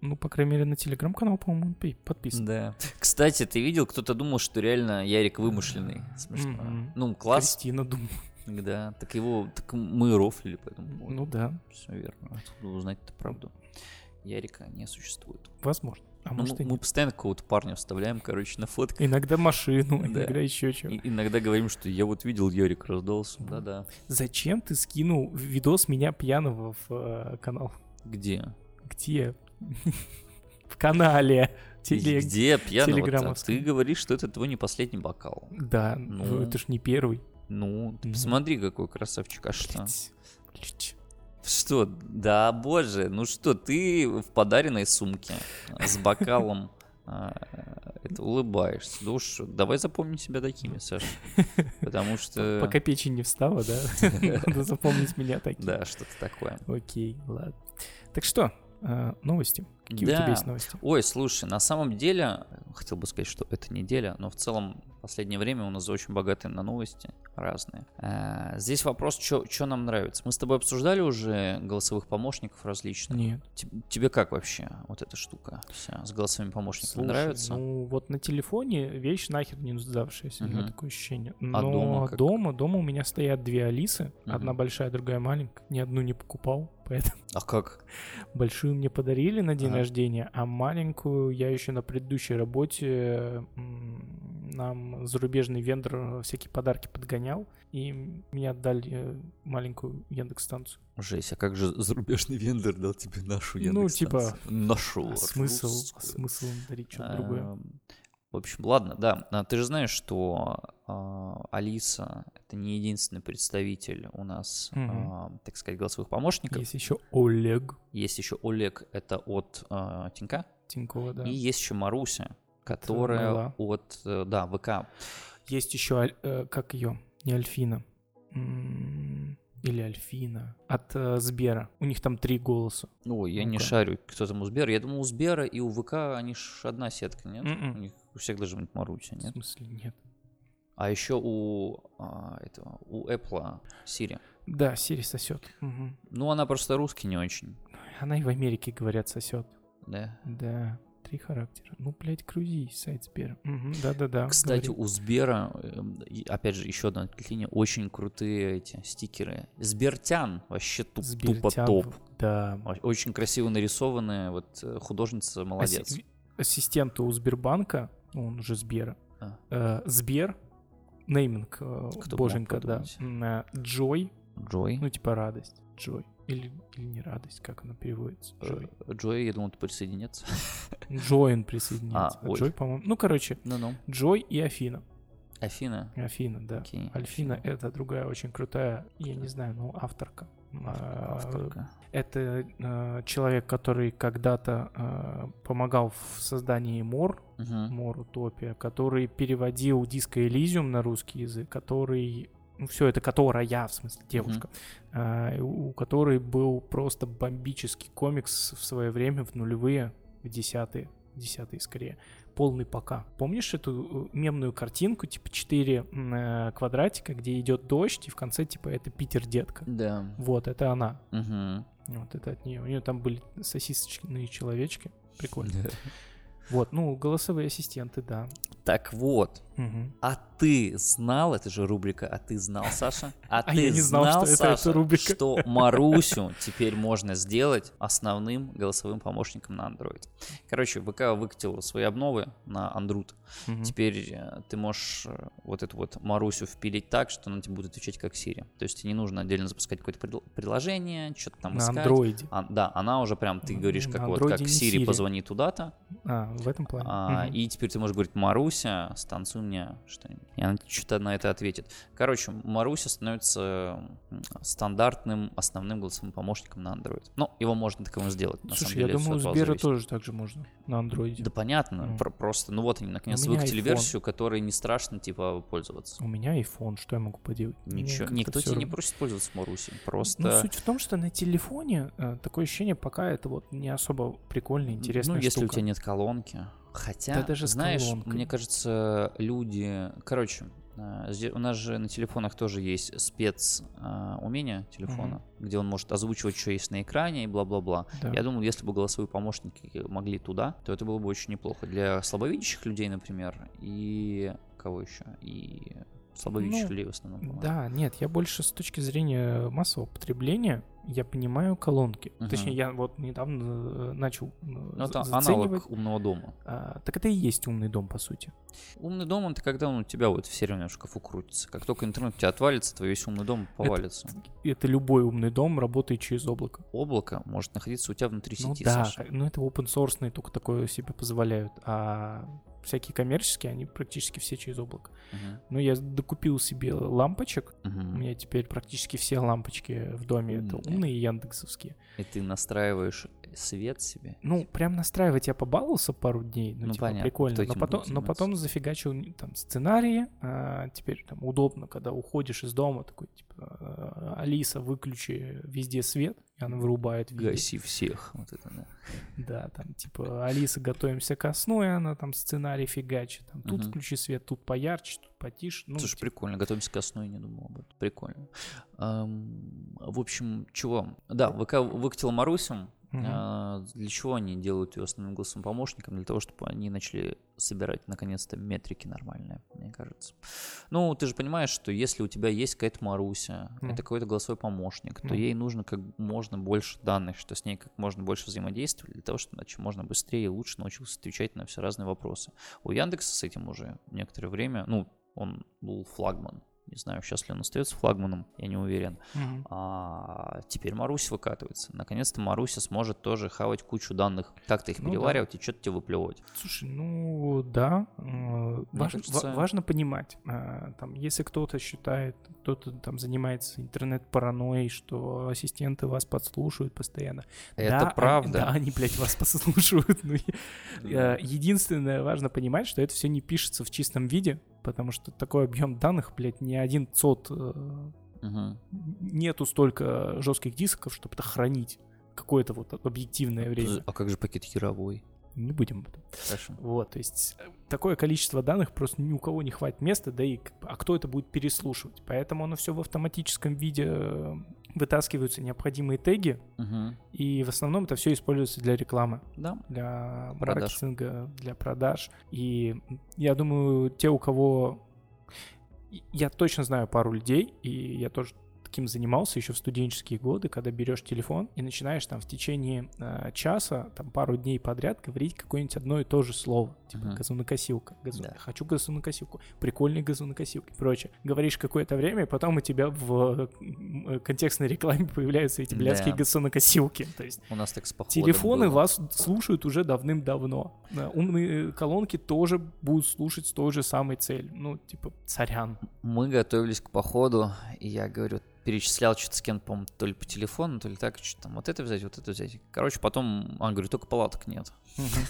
Speaker 4: Ну, по крайней мере, на телеграм-канал, по-моему, он пи- подписан.
Speaker 3: Да. Кстати, ты видел, кто-то думал, что реально Ярик вымышленный. Смешно.
Speaker 4: Мгм.
Speaker 3: Ну, класс,
Speaker 4: Кристина, думаю.
Speaker 3: да. Так его, так мы рофлили, поэтому.
Speaker 4: Ну да,
Speaker 3: Все верно. Откуда узнать эту правду? Ярика не существует.
Speaker 4: возможно. А
Speaker 3: Ну,
Speaker 4: может и
Speaker 3: мы
Speaker 4: нет.
Speaker 3: постоянно какого-то парня вставляем, короче, на фотки.
Speaker 4: Иногда машину,
Speaker 3: Да.
Speaker 4: иногда еще чего.
Speaker 3: И иногда говорим, что я вот видел, Ярик раздался. Да-да.
Speaker 4: Зачем ты скинул видос меня пьяного в э, канал?
Speaker 3: Где?
Speaker 4: Где? В канале. Телег.
Speaker 3: Где пьяного?
Speaker 4: телеграммовском.
Speaker 3: Ты говоришь, что это твой не последний бокал.
Speaker 4: Да,
Speaker 3: Ну.
Speaker 4: ну, это ж не первый.
Speaker 3: Ну, ты
Speaker 4: Ну.
Speaker 3: посмотри, какой красавчик. А что? Э.
Speaker 4: Блядь. Блядь.
Speaker 3: Что? Да, боже, ну что, ты в подаренной сумке с бокалом а, это улыбаешься. Да уж, давай запомни себя такими, Саша. Потому что...
Speaker 4: Пока печень не встала, да? Надо запомнить меня таким.
Speaker 3: Да, что-то такое.
Speaker 4: Окей, ладно. Так что, э, новости? Какие у тебя
Speaker 3: Да.
Speaker 4: есть новости?
Speaker 3: Ой, слушай, на самом деле, хотел бы сказать, что это неделя, но в целом в последнее время у нас очень богатые на новости разные. А, Здесь вопрос, что нам нравится. Мы с тобой обсуждали уже голосовых помощников различных.
Speaker 4: Нет.
Speaker 3: Те- Тебе как вообще вот эта штука вся с голосовыми помощниками
Speaker 4: Слушай,
Speaker 3: нравится?
Speaker 4: Ну, вот на телефоне вещь нахер не сдавшаяся, у меня
Speaker 3: Мгм.
Speaker 4: такое ощущение. Но
Speaker 3: А дома как?
Speaker 4: дома, дома у меня стоят две Алисы, одна
Speaker 3: Мгм.
Speaker 4: большая, другая маленькая. Ни одну не покупал, поэтому
Speaker 3: А как?
Speaker 4: большую мне подарили на день
Speaker 3: Ага.
Speaker 4: рождения, а маленькую я еще на предыдущей работе м, нам зарубежный вендор всякие подарки подгонял, и мне отдали э, маленькую Яндекс-станцию.
Speaker 3: Жесть, а как же зарубежный вендор дал тебе нашу
Speaker 4: Ну,
Speaker 3: Яндекс-станцию? Нашу.
Speaker 4: А смысл, а
Speaker 3: русскую.
Speaker 4: смысл им дарить что-то другое?
Speaker 3: Эм, В общем, ладно, да. А Ты же знаешь, что а, Алиса это не единственный представитель у нас,
Speaker 4: Мгм.
Speaker 3: а, так сказать, голосовых помощников. Есть,
Speaker 4: Есть еще Олег
Speaker 3: еще Олег, это от а, Тинька,
Speaker 4: Тинькова, да.
Speaker 3: и есть еще Маруся, которая
Speaker 4: Мэйла.
Speaker 3: от, э, да, ВК.
Speaker 4: Есть еще, Аль- э, как ее, не Альфина. М, Или Альфина. От э, Сбера. У них там три голоса.
Speaker 3: Ой, я не
Speaker 4: Ну-ка.
Speaker 3: шарю, кто там у Сбера. Я думал, у Сбера и у ВК они ж одна сетка, нет?
Speaker 4: Мгм.
Speaker 3: У них у всех должен быть Маруся,
Speaker 4: В
Speaker 3: нет?
Speaker 4: смысле, нет.
Speaker 3: А еще у а, этого, у Apple Siri.
Speaker 4: Да, Сири сосет. Мгм.
Speaker 3: Ну, она просто русский не очень,
Speaker 4: Она и в Америке, говорят, сосет.
Speaker 3: да.
Speaker 4: Да, три характера. Ну, блядь, грузи сайт Сбера. Мгм, Да-да-да.
Speaker 3: Кстати,
Speaker 4: говорит.
Speaker 3: у Сбера, эм, и опять же, еще одна отклинение, очень крутые эти стикеры. Сбертян вообще туп- тупо
Speaker 4: Сбертян,
Speaker 3: топ.
Speaker 4: Да.
Speaker 3: О- Очень красиво нарисованная, вот э,
Speaker 4: А
Speaker 3: художница молодец.
Speaker 4: Асси- Ассистенту у Сбербанка, ну, он же Сбера,
Speaker 3: А.
Speaker 4: э, Сбер, нейминг, э,
Speaker 3: Кто бы
Speaker 4: боженька,
Speaker 3: мог
Speaker 4: да,
Speaker 3: подумать.
Speaker 4: М, э, Джой,
Speaker 3: Джой.
Speaker 4: Ну, типа радость, Джой. Или, или не радость, как она переводится.
Speaker 3: Э,
Speaker 4: Джой.
Speaker 3: Джой, я думал, ты присоединится.
Speaker 4: Джоин присоединяется.
Speaker 3: А,
Speaker 4: А
Speaker 3: ой.
Speaker 4: Джой, по-моему. Ну, короче,
Speaker 3: Ну-ну.
Speaker 4: Джой и Афина.
Speaker 3: Афина.
Speaker 4: Афина, да.
Speaker 3: Окей.
Speaker 4: Альфина — это другая очень крутая, я не знаю, ну, авторка. А,
Speaker 3: Авторка.
Speaker 4: Это э, человек, который когда-то э, помогал в создании Мор,
Speaker 3: Мгм.
Speaker 4: Мор Утопия, который переводил диско Элизиум на русский язык, который ну, все это которая, в смысле, девушка, а, и у у которой был просто бомбический комикс в свое время, в нулевые, в десятые, в десятые скорее, полный пока. Помнишь эту э, мемную картинку, типа 4 квадратика, где идет дождь, и в конце, типа, это Питер детка.
Speaker 3: Да.
Speaker 4: Вот, это она.
Speaker 3: Мгм.
Speaker 4: Вот это от нее. У нее там были сосисочные человечки. Прикольно.
Speaker 3: Да.
Speaker 4: Вот, ну, голосовые ассистенты, да.
Speaker 3: Так вот,
Speaker 4: Мгм.
Speaker 3: А ты знал, это же рубрика «А ты знал, Саша?» А,
Speaker 4: А
Speaker 3: ты
Speaker 4: я не знал, что это-
Speaker 3: Саша,
Speaker 4: это рубрика.
Speaker 3: что Марусю теперь можно сделать основным голосовым помощником на Android. Короче, ВК выкатил свои обновы на Android. Теперь э, ты можешь э, вот эту вот Марусю впилить так, что она тебе будет отвечать как Siri. То есть тебе не нужно отдельно запускать какое-то предл- приложение, что-то там
Speaker 4: на
Speaker 3: искать.
Speaker 4: андроиде.
Speaker 3: А, да, она уже прям, ты
Speaker 4: Ну,
Speaker 3: говоришь,
Speaker 4: на
Speaker 3: как вот
Speaker 4: Android
Speaker 3: как
Speaker 4: не
Speaker 3: Siri,
Speaker 4: Siri.
Speaker 3: позвони туда-то,
Speaker 4: А, в этом плане.
Speaker 3: а,
Speaker 4: Мгм.
Speaker 3: И теперь ты можешь говорить, Маруся, станцуй мне что-нибудь. И она что-то на это ответит. Короче, Маруся становится м, стандартным основным голосовым помощником на Android. Ну, его можно таковым сделать. На самом
Speaker 4: Слушай, я
Speaker 3: деле,
Speaker 4: думаю, у
Speaker 3: всё от вас
Speaker 4: Сбера
Speaker 3: зависит.
Speaker 4: тоже так же можно на андроиде.
Speaker 3: Да понятно,
Speaker 4: Ну.
Speaker 3: про- просто, ну вот они наконец
Speaker 4: меня
Speaker 3: выкатили
Speaker 4: iPhone.
Speaker 3: версию, которой не страшно, типа, пользоваться.
Speaker 4: У меня iPhone, что я могу поделать? Мне
Speaker 3: Ничего,
Speaker 4: как-то
Speaker 3: никто
Speaker 4: всё
Speaker 3: тебя не
Speaker 4: равно.
Speaker 3: просит пользоваться Марусей, просто...
Speaker 4: Ну, суть в том, что на телефоне э, такое ощущение, пока это вот не особо прикольно, интересная
Speaker 3: Ну, если у
Speaker 4: штука.
Speaker 3: тебя нет колонки. Хотя,
Speaker 4: Да даже с
Speaker 3: знаешь,
Speaker 4: колонкой.
Speaker 3: мне кажется, люди... Короче, А, зде- У нас же на телефонах тоже есть спец а, умение телефона, где он может озвучивать, что есть на экране и бла-бла-бла.
Speaker 4: Да.
Speaker 3: Я думал, если бы голосовые помощники могли туда, то это было бы очень неплохо. Для слабовидящих людей, например, и кого еще? И слабовидящих
Speaker 4: Ну,
Speaker 3: людей в основном. по-моему.
Speaker 4: Да, нет, я больше с точки зрения массового потребления, я понимаю колонки.
Speaker 3: Мгм.
Speaker 4: Точнее, я вот недавно э, начал э,
Speaker 3: Ну,
Speaker 4: за-
Speaker 3: это
Speaker 4: заценивать.
Speaker 3: аналог умного дома.
Speaker 4: А, так это и есть умный дом, по сути.
Speaker 3: Умный дом, он-то когда он у тебя вот все время в шкафу крутится. Как только интернет у тебя отвалится, твой весь умный дом повалится.
Speaker 4: И Это любой умный дом, работает через облако.
Speaker 3: Облако может находиться у тебя внутри
Speaker 4: ну
Speaker 3: сети,
Speaker 4: да,
Speaker 3: Саша.
Speaker 4: как- ну это open source только такое себе позволяют. А всякие коммерческие, они практически все через облако.
Speaker 3: Мгм.
Speaker 4: Ну, я докупил себе лампочек. У
Speaker 3: Мгм.
Speaker 4: меня теперь практически все лампочки в доме. Это
Speaker 3: Умные.
Speaker 4: умные и яндексовские.
Speaker 3: И ты настраиваешь свет себе.
Speaker 4: Ну, прям настраивать я побаловался пару дней, ну,
Speaker 3: Ну,
Speaker 4: типа,
Speaker 3: понятно,
Speaker 4: прикольно,
Speaker 3: кто
Speaker 4: но
Speaker 3: этим
Speaker 4: потом,
Speaker 3: будет
Speaker 4: но
Speaker 3: заниматься?
Speaker 4: потом зафигачил н- там сценарии, а, теперь там удобно, когда уходишь из дома, такой, типа, «А, Алиса, выключи везде свет, и она вырубает весь.
Speaker 3: Гаси всех. Вот это, да.
Speaker 4: Да, там, типа, Алиса, готовимся ко сну, и она там сценарий фигачит, там, тут
Speaker 3: Мгм.
Speaker 4: включи свет, тут поярче, тут потише, ну,
Speaker 3: Слушай,
Speaker 4: типа,
Speaker 3: прикольно. Готовимся ко сну, я не думал об этом. Прикольно. Ам, в общем, чего? Да, ВК выкатил Марусю.
Speaker 4: мгм.
Speaker 3: А, Для чего они делают ее основным голосовым помощником? Для того, чтобы они начали собирать наконец-то метрики нормальные, мне кажется. Ну, ты же понимаешь, что если у тебя есть какая-то Маруся,
Speaker 4: Ну.
Speaker 3: это какой-то голосовой помощник, то
Speaker 4: Ну.
Speaker 3: ей нужно как можно больше данных, что с ней как можно больше взаимодействовать, для того, чтобы она чем можно быстрее и лучше научился отвечать на все разные вопросы. У Яндекса с этим уже некоторое время, ну, он был флагман. Не знаю, сейчас ли он остается флагманом, я не уверен.
Speaker 4: Мгм.
Speaker 3: А теперь Марусь выкатывается. Наконец-то Маруся сможет тоже хавать кучу данных. Как-то их
Speaker 4: Ну да.
Speaker 3: переваривать и что-то тебе выплевывать.
Speaker 4: Слушай, ну да, э, важ- ва-
Speaker 3: кажется-
Speaker 4: важно понимать, э, там, если кто-то считает, кто-то там занимается интернет-паранойей, что ассистенты вас подслушивают постоянно.
Speaker 3: Это
Speaker 4: Да, они-
Speaker 3: правда.
Speaker 4: да, они, блядь, вас подслушивают. ну, я- э, Единственное, важно понимать, что это все не пишется в чистом виде, потому что такой объем данных, блядь, ни один сот, э,
Speaker 3: Мгм.
Speaker 4: нету столько жестких дисков, чтобы это хранить какое-то вот объективное время.
Speaker 3: А как же пакет херовой?
Speaker 4: Не будем об этом.
Speaker 3: Хорошо.
Speaker 4: Вот, то есть э, такое количество данных просто ни у кого не хватит места, да и как бы, а кто это будет переслушивать? Поэтому оно все в автоматическом виде э, вытаскиваются необходимые теги,
Speaker 3: Мгм.
Speaker 4: и в основном это все используется для рекламы,
Speaker 3: Да.
Speaker 4: для
Speaker 3: Продаж.
Speaker 4: маркетинга, для продаж. И м, я думаю, те, у кого... И Я точно знаю пару людей, и я тоже таким занимался еще в студенческие годы, когда берешь телефон и начинаешь там в течение э, часа, там пару дней подряд говорить какое-нибудь одно и то же слово. Типа
Speaker 3: Мгм.
Speaker 4: газонокосилка. газон-
Speaker 3: Да.
Speaker 4: Хочу газонокосилку. Прикольные газонокосилки и прочее. Говоришь какое-то время, и потом у тебя в э, м, э, контекстной рекламе появляются эти
Speaker 3: Да.
Speaker 4: блядские газонокосилки. То есть
Speaker 3: У нас так с походом
Speaker 4: Телефоны
Speaker 3: было.
Speaker 4: вас слушают уже давным-давно. Да, Умные э, колонки тоже будут слушать с той же самой целью. Ну, типа, царян.
Speaker 3: Мы готовились к походу, и я говорю, перечислял что-то с кем-то, по-моему, то ли по телефону, то ли так, что там вот это взять, вот это взять. Короче, потом, он говорит, только палаток нет.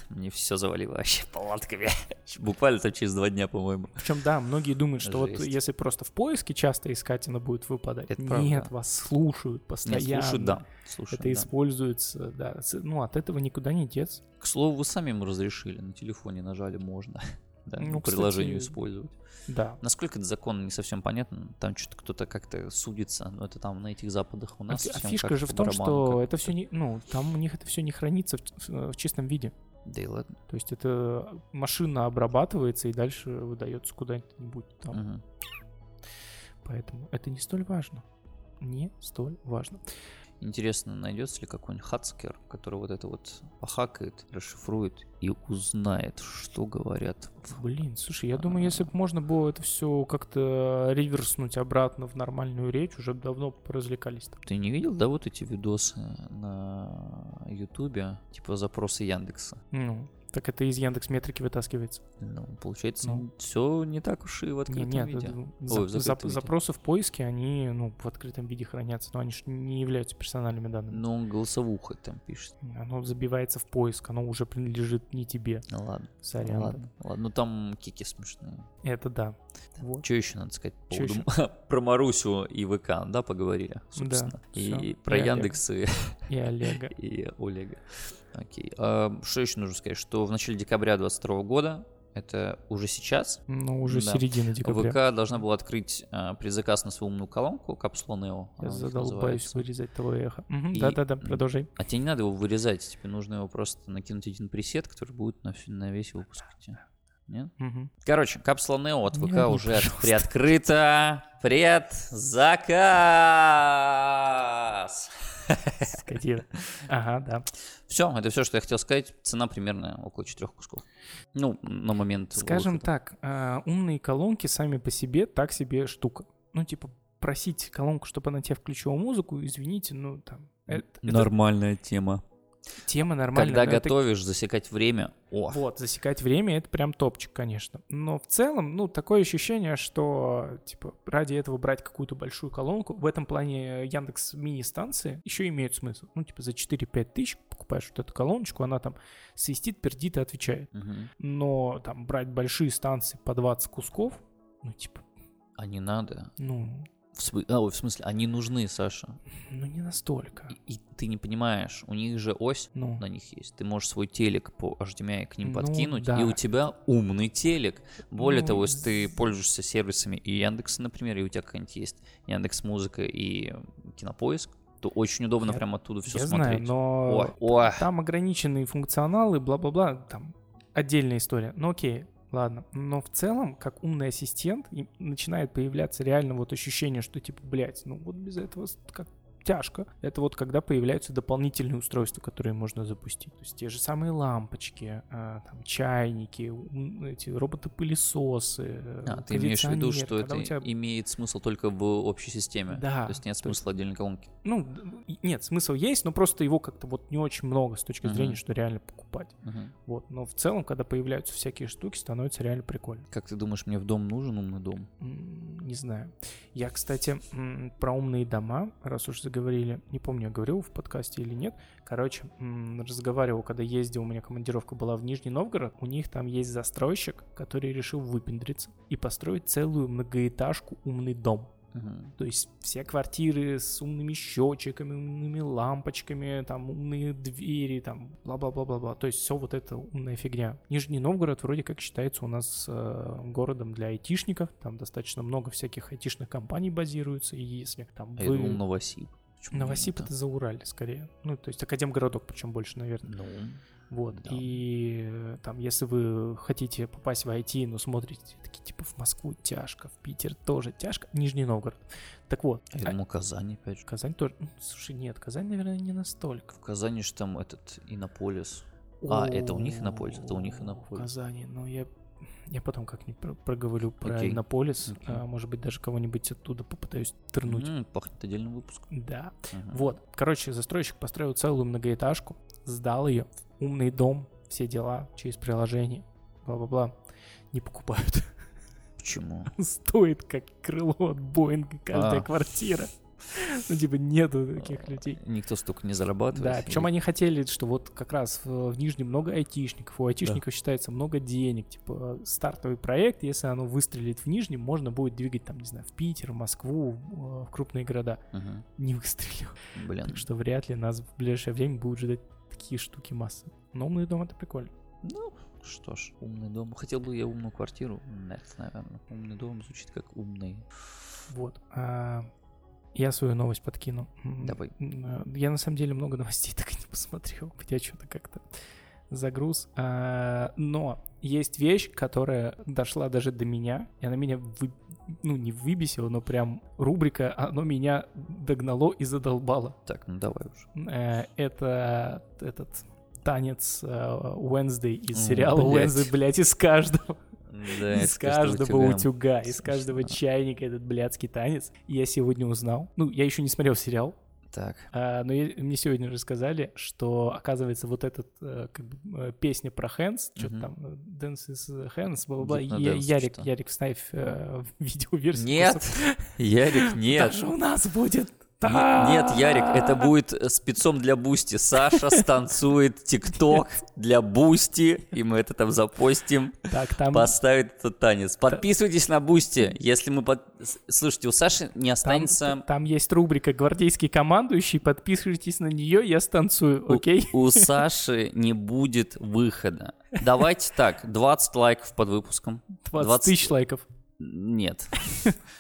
Speaker 3: Мне все завалило вообще палатками. Буквально там через два дня, по-моему.
Speaker 4: Причем, да, многие думают, что вот
Speaker 3: Жесть.
Speaker 4: если просто в поиске часто искать, она будет выпадать.
Speaker 3: Это правда.
Speaker 4: Нет, вас слушают
Speaker 3: Нет,
Speaker 4: постоянно.
Speaker 3: слушаю, да. Слушаю,
Speaker 4: Это
Speaker 3: да.
Speaker 4: используется, да. С- Ну, от этого никуда не деться.
Speaker 3: К слову, сами им разрешили, на телефоне нажали можно. Да,
Speaker 4: Ну,
Speaker 3: ну, приложению
Speaker 4: кстати,
Speaker 3: использовать.
Speaker 4: Да.
Speaker 3: Насколько это законно, не совсем понятно. Там что-то кто-то как-то судится, но это там на этих западах у
Speaker 4: А
Speaker 3: нас.
Speaker 4: фи- а
Speaker 3: всем
Speaker 4: фишка
Speaker 3: как
Speaker 4: же в
Speaker 3: по
Speaker 4: том,
Speaker 3: барабану,
Speaker 4: что
Speaker 3: как
Speaker 4: это все не... Ну, там у них это все не хранится в ч- э, в- в чистом виде.
Speaker 3: Да и ладно.
Speaker 4: То есть это э, машина обрабатывается и дальше выдается куда-нибудь там.
Speaker 3: Мгм.
Speaker 4: Поэтому это не столь важно. Не столь важно.
Speaker 3: Интересно, найдется ли какой-нибудь хацкер, который вот это вот похакает, расшифрует и узнает, что говорят. в-
Speaker 4: Блин, слушай, я думаю, если бы можно было это все как-то реверснуть обратно в нормальную речь, уже б давно поразвлекались. там.
Speaker 3: Ты не видел, да, вот эти видосы на Ютубе, типа запросы Яндекса?
Speaker 4: Ну, так это из Яндекс Метрики вытаскивается.
Speaker 3: Ну, получается,
Speaker 4: Ну.
Speaker 3: все не так уж и в
Speaker 4: Не,
Speaker 3: открытом
Speaker 4: нет,
Speaker 3: виде.
Speaker 4: это,
Speaker 3: Ой,
Speaker 4: за-
Speaker 3: в закрытом
Speaker 4: зап-
Speaker 3: виде.
Speaker 4: запросы в поиске, они, ну, в открытом виде хранятся, но они же не являются персональными данными.
Speaker 3: Ну, он голосовуха там пишет.
Speaker 4: Оно забивается в поиск, оно уже принадлежит не тебе.
Speaker 3: Ну, ладно,
Speaker 4: Сорян.
Speaker 3: ладно, ладно. Ну, там кики смешные.
Speaker 4: Это да. Вот.
Speaker 3: Что еще надо сказать по
Speaker 4: Чё
Speaker 3: поводу про Марусю и ВК, да, поговорили, собственно.
Speaker 4: всё.
Speaker 3: и про
Speaker 4: И Олега.
Speaker 3: Яндекс и,
Speaker 4: И Олега.
Speaker 3: и Олега. Окей. А, что еще нужно сказать? Что в начале декабря 22 года это уже сейчас.
Speaker 4: Ну, уже
Speaker 3: Да.
Speaker 4: середина декабря.
Speaker 3: ВК должна была открыть а, призаказ на свою умную колонку, капсулу Neo. она у
Speaker 4: Я
Speaker 3: них
Speaker 4: задолбаюсь
Speaker 3: называется.
Speaker 4: вырезать твое эхо. Мгм,
Speaker 3: И-
Speaker 4: Да-да-да, продолжай.
Speaker 3: А тебе не надо его вырезать, тебе нужно его просто накинуть один пресет, который будет на, всю- на весь выпуск. идти. Нет?
Speaker 4: Мгм.
Speaker 3: Короче, капсула Neo от
Speaker 4: Не
Speaker 3: ВК
Speaker 4: надо,
Speaker 3: уже от- приоткрыта. Предзаказ!
Speaker 4: Скотина. Ага, да.
Speaker 3: Все, это все, что я хотел сказать. Цена примерно около четырех кусков. Ну, на момент.
Speaker 4: Скажем
Speaker 3: выхода.
Speaker 4: так, а, умные колонки сами по себе так себе штука. Ну, типа, просить колонку, чтобы она тебе включила музыку, извините, ну, там... э- это
Speaker 3: Нормальная тема.
Speaker 4: тема нормальная.
Speaker 3: Когда
Speaker 4: но это-
Speaker 3: готовишь, засекать время. О,
Speaker 4: Вот, засекать время — это прям топчик, конечно. Но в целом, ну, такое ощущение, что, типа, ради этого брать какую-то большую колонку, в этом плане Яндекс мини-станции еще имеют смысл. Ну, типа, за 4-5 тысяч покупаешь вот эту колоночку, она там свистит, пердит и отвечает.
Speaker 3: Мгм.
Speaker 4: Но там брать большие станции по 20 кусков, ну, типа,
Speaker 3: а не надо.
Speaker 4: ну,
Speaker 3: В, смы- а, ой, в смысле, они нужны, Саша.
Speaker 4: ну не настолько.
Speaker 3: И, и ты не понимаешь, у них же ось
Speaker 4: Ну,
Speaker 3: на них есть. Ты можешь свой телек по HDMI к ним
Speaker 4: Ну,
Speaker 3: подкинуть,
Speaker 4: да.
Speaker 3: и у тебя умный телек. Более
Speaker 4: Ну,
Speaker 3: того, если ты
Speaker 4: з-
Speaker 3: пользуешься сервисами и Яндекса, например, и у тебя какая-нибудь есть Яндекс Музыка и Кинопоиск, то очень удобно
Speaker 4: Я-
Speaker 3: прям оттуда все
Speaker 4: я знаю,
Speaker 3: смотреть.
Speaker 4: но...
Speaker 3: О, о,
Speaker 4: Там ограниченные функционалы, бла-бла-бла, там отдельная история. Ну окей, ладно. Но в целом, как умный ассистент, и начинает появляться реально вот ощущение, что типа, блядь, ну вот без этого с- как тяжко. Это вот когда появляются дополнительные устройства, которые можно запустить. То есть те же самые лампочки, а, там, чайники, м, эти роботы-пылесосы, э,
Speaker 3: А, ты имеешь в виду, что это
Speaker 4: тебя...
Speaker 3: имеет смысл только в общей системе?
Speaker 4: Да,
Speaker 3: То есть нет
Speaker 4: то есть-
Speaker 3: смысла отдельной колонки.
Speaker 4: Ну, д- и- нет, смысл есть, но просто его как-то вот не очень много с точки
Speaker 3: Мгм.
Speaker 4: зрения, что реально покупать.
Speaker 3: Мгм.
Speaker 4: Вот, но в целом, когда появляются всякие штуки, становится реально прикольно.
Speaker 3: Как ты думаешь, мне в дом нужен умный дом?
Speaker 4: М, Не знаю. Я, кстати, м, про умные дома, раз уж заговорили, не помню, я говорил в подкасте или нет. Короче, м, разговаривал, когда ездил, у меня командировка была в Нижний Новгород. У них там есть застройщик, который решил выпендриться и построить целую многоэтажку умный дом.
Speaker 3: Мгм.
Speaker 4: То есть все квартиры с умными счетчиками, умными лампочками, там умные двери, там бла-бла-бла-бла-бла. То есть все вот это умная фигня. Нижний Новгород вроде как считается у нас э, городом для айтишников. Там достаточно много всяких айтишных компаний базируется. И если там
Speaker 3: А я
Speaker 4: вы-
Speaker 3: думал Новосиб. Почему
Speaker 4: Новосиб
Speaker 3: нет,
Speaker 4: это за Ураль скорее. Ну, то есть Академгородок, причем больше,
Speaker 3: а?
Speaker 4: наверное.
Speaker 3: Ну,
Speaker 4: Вот.
Speaker 3: да.
Speaker 4: И э, там, если вы хотите попасть в IT, но смотрите, такие типа в Москву тяжко, в Питер тоже тяжко, Нижний Новгород. Так вот,
Speaker 3: а я
Speaker 4: а-
Speaker 3: думал Казань опять же.
Speaker 4: Казань тоже. ну, слушай, нет, Казань, наверное, не настолько.
Speaker 3: В Казани же там этот Иннополис. А, это у них Иннополис? Это у них
Speaker 4: О,
Speaker 3: Иннополис.
Speaker 4: В Казани, ну я. Я потом как-нибудь про- проговорю про
Speaker 3: Окей,
Speaker 4: Иннополис.
Speaker 3: окей.
Speaker 4: а, может быть, даже кого-нибудь оттуда попытаюсь тырнуть.
Speaker 3: М, пахнет отдельным выпуском.
Speaker 4: Да.
Speaker 3: Мгм.
Speaker 4: Вот. Короче, застройщик построил целую многоэтажку, сдал ее. Умный дом, все дела через приложение. Бла-бла-бла. Не покупают.
Speaker 3: Почему?
Speaker 4: Стоит как крыло от Боинга каждая
Speaker 3: А.
Speaker 4: квартира. Ну, типа, нету таких людей.
Speaker 3: Никто столько не зарабатывает.
Speaker 4: Да, причем они хотели, что вот как раз в, в Нижнем много айтишников. У айтишников считается много денег. Типа стартовый проект, если оно выстрелит в Нижнем, можно будет двигать там, не знаю, в Питер, в Москву, в э, в крупные города.
Speaker 3: Мгм.
Speaker 4: Не выстрелил.
Speaker 3: Блин.
Speaker 4: Так что вряд ли нас в ближайшее время будут ждать такие штуки массы. Но умный дом это прикольно.
Speaker 3: Ну, что ж, умный дом. Хотел бы я умную квартиру. Нет, наверное. Умный дом звучит как умный.
Speaker 4: Вот. А, я свою новость подкину. М,
Speaker 3: Давай.
Speaker 4: м, а, Я на самом деле много новостей так и не посмотрел. Я что-то как-то загруз. А, но есть вещь, которая дошла даже до меня, и она меня, вы- ну, не выбесила, но прям рубрика «Оно меня догнало и задолбало».
Speaker 3: Так, ну давай уже.
Speaker 4: Э, Это этот танец э, Wednesday из
Speaker 3: М,
Speaker 4: сериала
Speaker 3: блядь.
Speaker 4: Wednesday, блядь, из каждого
Speaker 3: Да,
Speaker 4: из каждого утюга,
Speaker 3: Слушай,
Speaker 4: из
Speaker 3: ну.
Speaker 4: каждого
Speaker 3: да.
Speaker 4: чайника этот блядский танец. Я сегодня узнал. Ну, я еще не смотрел сериал,
Speaker 3: Так.
Speaker 4: а, но я- мне сегодня рассказали, что оказывается вот этот э, как бы, э, песня про Хэнс, что-то
Speaker 3: Мгм.
Speaker 4: там э, Dance is Hands, бла-бла-бла.
Speaker 3: Get на
Speaker 4: Я-
Speaker 3: dance,
Speaker 4: Ярик,
Speaker 3: что?
Speaker 4: Ярик, вставь э, видеоверсию.
Speaker 3: Нет, Ярик, нет.
Speaker 4: Даже у нас будет Та-
Speaker 3: Нет, Ярик, это будет э, спецом для Бусти. Саша станцует тикток для Бусти, и мы это там запостим,
Speaker 4: Так, там,
Speaker 3: поставит этот танец. Подписывайтесь на Бусти, если мы... под- с- Слушайте, у Саши не
Speaker 4: там,
Speaker 3: останется...
Speaker 4: там есть рубрика «Гвардейский командующий», подписывайтесь на нее, я станцую,
Speaker 3: у-
Speaker 4: окей?
Speaker 3: У Саши не будет выхода. Давайте так, 20 лайков под выпуском.
Speaker 4: 20
Speaker 3: 20.
Speaker 4: тысяч лайков.
Speaker 3: Нет.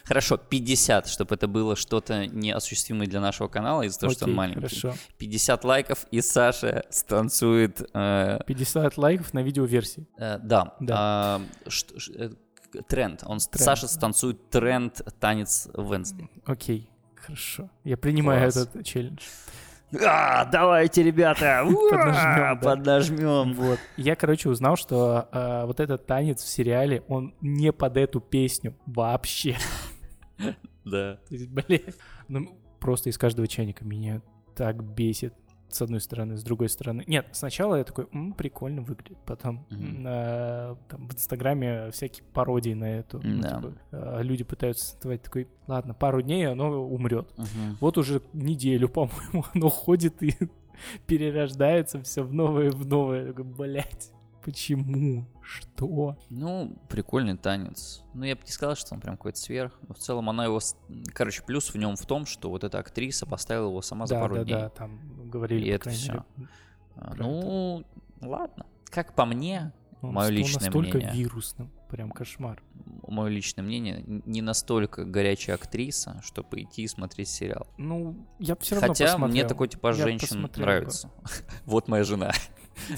Speaker 3: Хорошо, 50, чтобы это было что-то неосуществимое для нашего канала из-за того, что он
Speaker 4: Окей,
Speaker 3: маленький.
Speaker 4: Хорошо.
Speaker 3: 50 лайков, и Саша станцует... э,
Speaker 4: 50 лайков на видеоверсии.
Speaker 3: э, да.
Speaker 4: Да.
Speaker 3: а, что- ш- э, к- тренд. Он, с-
Speaker 4: Тренд.
Speaker 3: Саша станцует тренд танец Венсли.
Speaker 4: Окей, хорошо. Я принимаю
Speaker 3: Класс.
Speaker 4: этот челлендж. А,
Speaker 3: давайте, ребята!
Speaker 4: Поднажмем, да.
Speaker 3: Поднажмем.
Speaker 4: Вот. Я, короче, узнал, что э, вот этот танец в сериале, он не под эту песню вообще.
Speaker 3: Да.
Speaker 4: То есть, блядь. Ну, просто из каждого чайника меня так бесит. С одной стороны, с другой стороны. Нет, сначала я такой, «М, прикольно выглядит. Потом
Speaker 3: Мгм.
Speaker 4: э, там в Инстаграме всякие пародии на эту. Ну,
Speaker 3: Да.
Speaker 4: типа, э, люди пытаются создавать такой, ладно, пару дней оно умрет.
Speaker 3: Мгм.
Speaker 4: Вот уже неделю, по-моему, оно ходит и перерождается все в новое, в новое. Я такой, блядь, почему? Что?
Speaker 3: Ну, прикольный танец. Ну, я бы не сказал, что он прям какой-то сверх. Но в целом она его... с- Короче, плюс в нем в том, что вот эта актриса поставила его сама за
Speaker 4: да,
Speaker 3: пару
Speaker 4: да,
Speaker 3: дней.
Speaker 4: да, там говорили.
Speaker 3: И
Speaker 4: по
Speaker 3: это
Speaker 4: крайней
Speaker 3: всё.
Speaker 4: мере,
Speaker 3: А,
Speaker 4: Правда.
Speaker 3: Ну, ладно. Как по мне,
Speaker 4: он
Speaker 3: Моё
Speaker 4: ст- он
Speaker 3: личное
Speaker 4: ну, настолько
Speaker 3: мнение.
Speaker 4: вирусным, прям кошмар.
Speaker 3: мое личное мнение, н- не настолько горячая актриса, чтобы идти и смотреть сериал.
Speaker 4: Ну, я все равно
Speaker 3: Хотя
Speaker 4: посмотрел.
Speaker 3: мне такой типаж
Speaker 4: Я
Speaker 3: женщин
Speaker 4: посмотрел бы.
Speaker 3: нравится. Вот моя жена.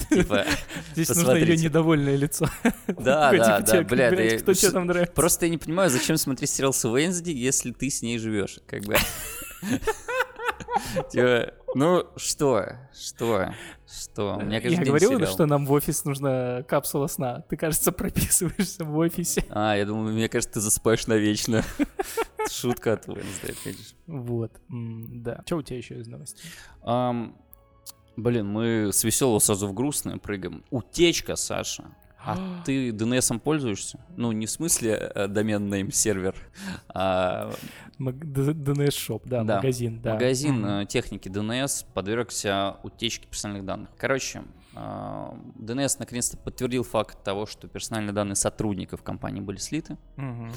Speaker 3: Типа,
Speaker 4: Здесь нужно ее
Speaker 3: посмотрите.
Speaker 4: недовольное лицо.
Speaker 3: да,
Speaker 4: Такой,
Speaker 3: да,
Speaker 4: типа,
Speaker 3: да,
Speaker 4: тебе,
Speaker 3: бля, да
Speaker 4: блядь,
Speaker 3: я
Speaker 4: кто тебе
Speaker 3: с-
Speaker 4: там нравится?
Speaker 3: Просто я не понимаю, зачем смотреть сериал с Уэнсди, если ты с ней живешь, как бы. Типа, ну что, что, что? У меня
Speaker 4: Я
Speaker 3: каждый день
Speaker 4: говорил,
Speaker 3: сериал.
Speaker 4: что нам в офис нужна капсула сна. Ты, кажется, прописываешься в офисе.
Speaker 3: А, я думаю, мне кажется, ты засыпаешь навечно. Шутка от Уэнсди, опять же.
Speaker 4: Вот, М, да. Что у тебя еще из новостей?
Speaker 3: Ам, блин, мы с веселого сразу в грустное прыгаем. Утечка, Саша. А ты DNS-ом пользуешься? Ну, не в смысле э, домен name сервер, а
Speaker 4: ДНС-шоп, да,
Speaker 3: Да.
Speaker 4: магазин, да.
Speaker 3: магазин
Speaker 4: Мгм.
Speaker 3: э, техники DNS подвергся утечке персональных данных. Короче, а, DNS наконец-то подтвердил факт того, что персональные данные сотрудников компании были слиты.
Speaker 4: Мгм.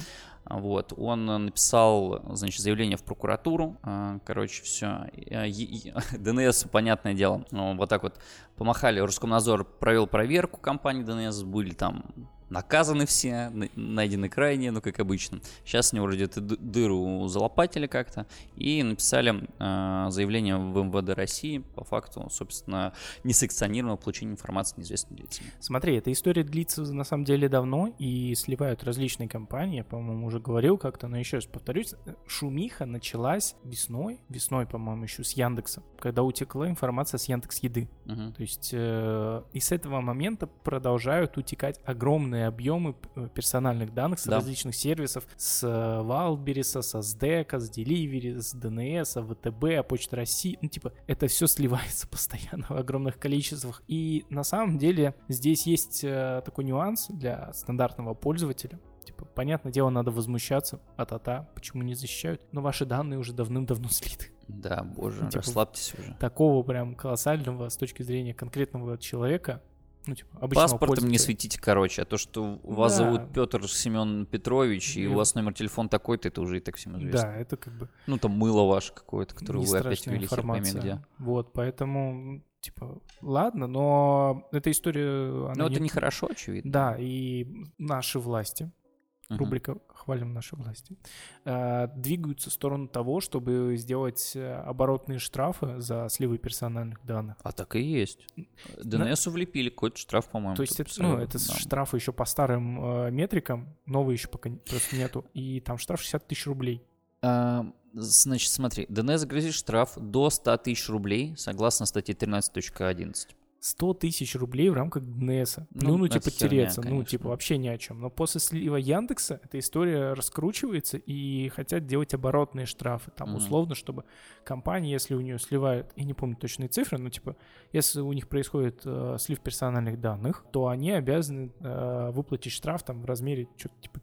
Speaker 3: Вот, он э, написал, значит, заявление в прокуратуру, А, короче, все, ДНС, понятное дело, Ну, вот так вот помахали, Роскомнадзор провел проверку компании ДНС, были там наказаны все, на- найдены крайние, ну, как обычно. Сейчас они вроде эту ды- дыру залопатили как-то и написали э, заявление в МВД России по факту, собственно, несанкционированного получения информации неизвестными лицами.
Speaker 4: Смотри, эта история длится на самом деле давно, и сливают различные компании, я, по-моему, уже говорил как-то, но еще раз повторюсь, шумиха началась весной, весной, по-моему, еще с Яндекса, когда утекла информация с Яндекс Еды.
Speaker 3: Мгм.
Speaker 4: То есть э, и с этого момента продолжают утекать огромные объемы э, персональных данных с
Speaker 3: Да.
Speaker 4: различных сервисов, с Валбериса, со СДЭКа, с Delivery, с ДНС, ВТБ, Почта России. Ну, типа, это все сливается постоянно в огромных количествах. И на самом деле здесь есть э, такой нюанс для стандартного пользователя. Типа, понятное дело, надо возмущаться, а-та-та, почему не защищают, но ваши данные уже давным-давно слиты
Speaker 3: Да, боже,
Speaker 4: Типа,
Speaker 3: расслабьтесь уже.
Speaker 4: такого прям колоссального с точки зрения конкретного человека, ну, типа, обычного
Speaker 3: Паспортом не
Speaker 4: пользователя.
Speaker 3: светите, короче, а то, что вас
Speaker 4: Да.
Speaker 3: зовут Петр Семен Петрович, и
Speaker 4: И-
Speaker 3: у вас номер телефона такой-то, это уже и так всем известно.
Speaker 4: Да, это как бы
Speaker 3: Ну, там мыло ваше какое-то, которое
Speaker 4: не
Speaker 3: вы опять
Speaker 4: страшная
Speaker 3: ввели хер пойми
Speaker 4: информация.
Speaker 3: где.
Speaker 4: Вот, поэтому, м, типа, ладно, но эта история... она
Speaker 3: Ну, это
Speaker 4: не-
Speaker 3: нехорошо, очевидно.
Speaker 4: Да, и наши власти,
Speaker 3: Мгм.
Speaker 4: рубрика «Хвалим наши власти», э, двигаются в сторону того, чтобы сделать э, оборотные штрафы за сливы персональных данных.
Speaker 3: А так и есть. ДНС влепили какой-то штраф, по-моему.
Speaker 4: То есть
Speaker 3: тут
Speaker 4: это, ну,
Speaker 3: писали.
Speaker 4: это с-
Speaker 3: Да.
Speaker 4: штрафы еще по старым э, метрикам, новые еще пока не- просто нету, и там штраф 60 тысяч рублей.
Speaker 3: А, Значит, смотри, ДНС грозит штраф до 100 тысяч рублей, согласно статье 13.11.
Speaker 4: 100 тысяч рублей в рамках ДНС.
Speaker 3: Ну,
Speaker 4: Ну, ну,
Speaker 3: это
Speaker 4: типа,
Speaker 3: херня,
Speaker 4: тереться. ну,
Speaker 3: конечно.
Speaker 4: типа, вообще ни о чем. Но после слива Яндекса эта история раскручивается и хотят делать оборотные штрафы. Там,
Speaker 3: Мгм.
Speaker 4: условно, чтобы компания, если у нее сливают, я не помню точные цифры, но, типа, если у них происходит э, слив персональных данных, то они обязаны э, выплатить штраф там в размере что-то типа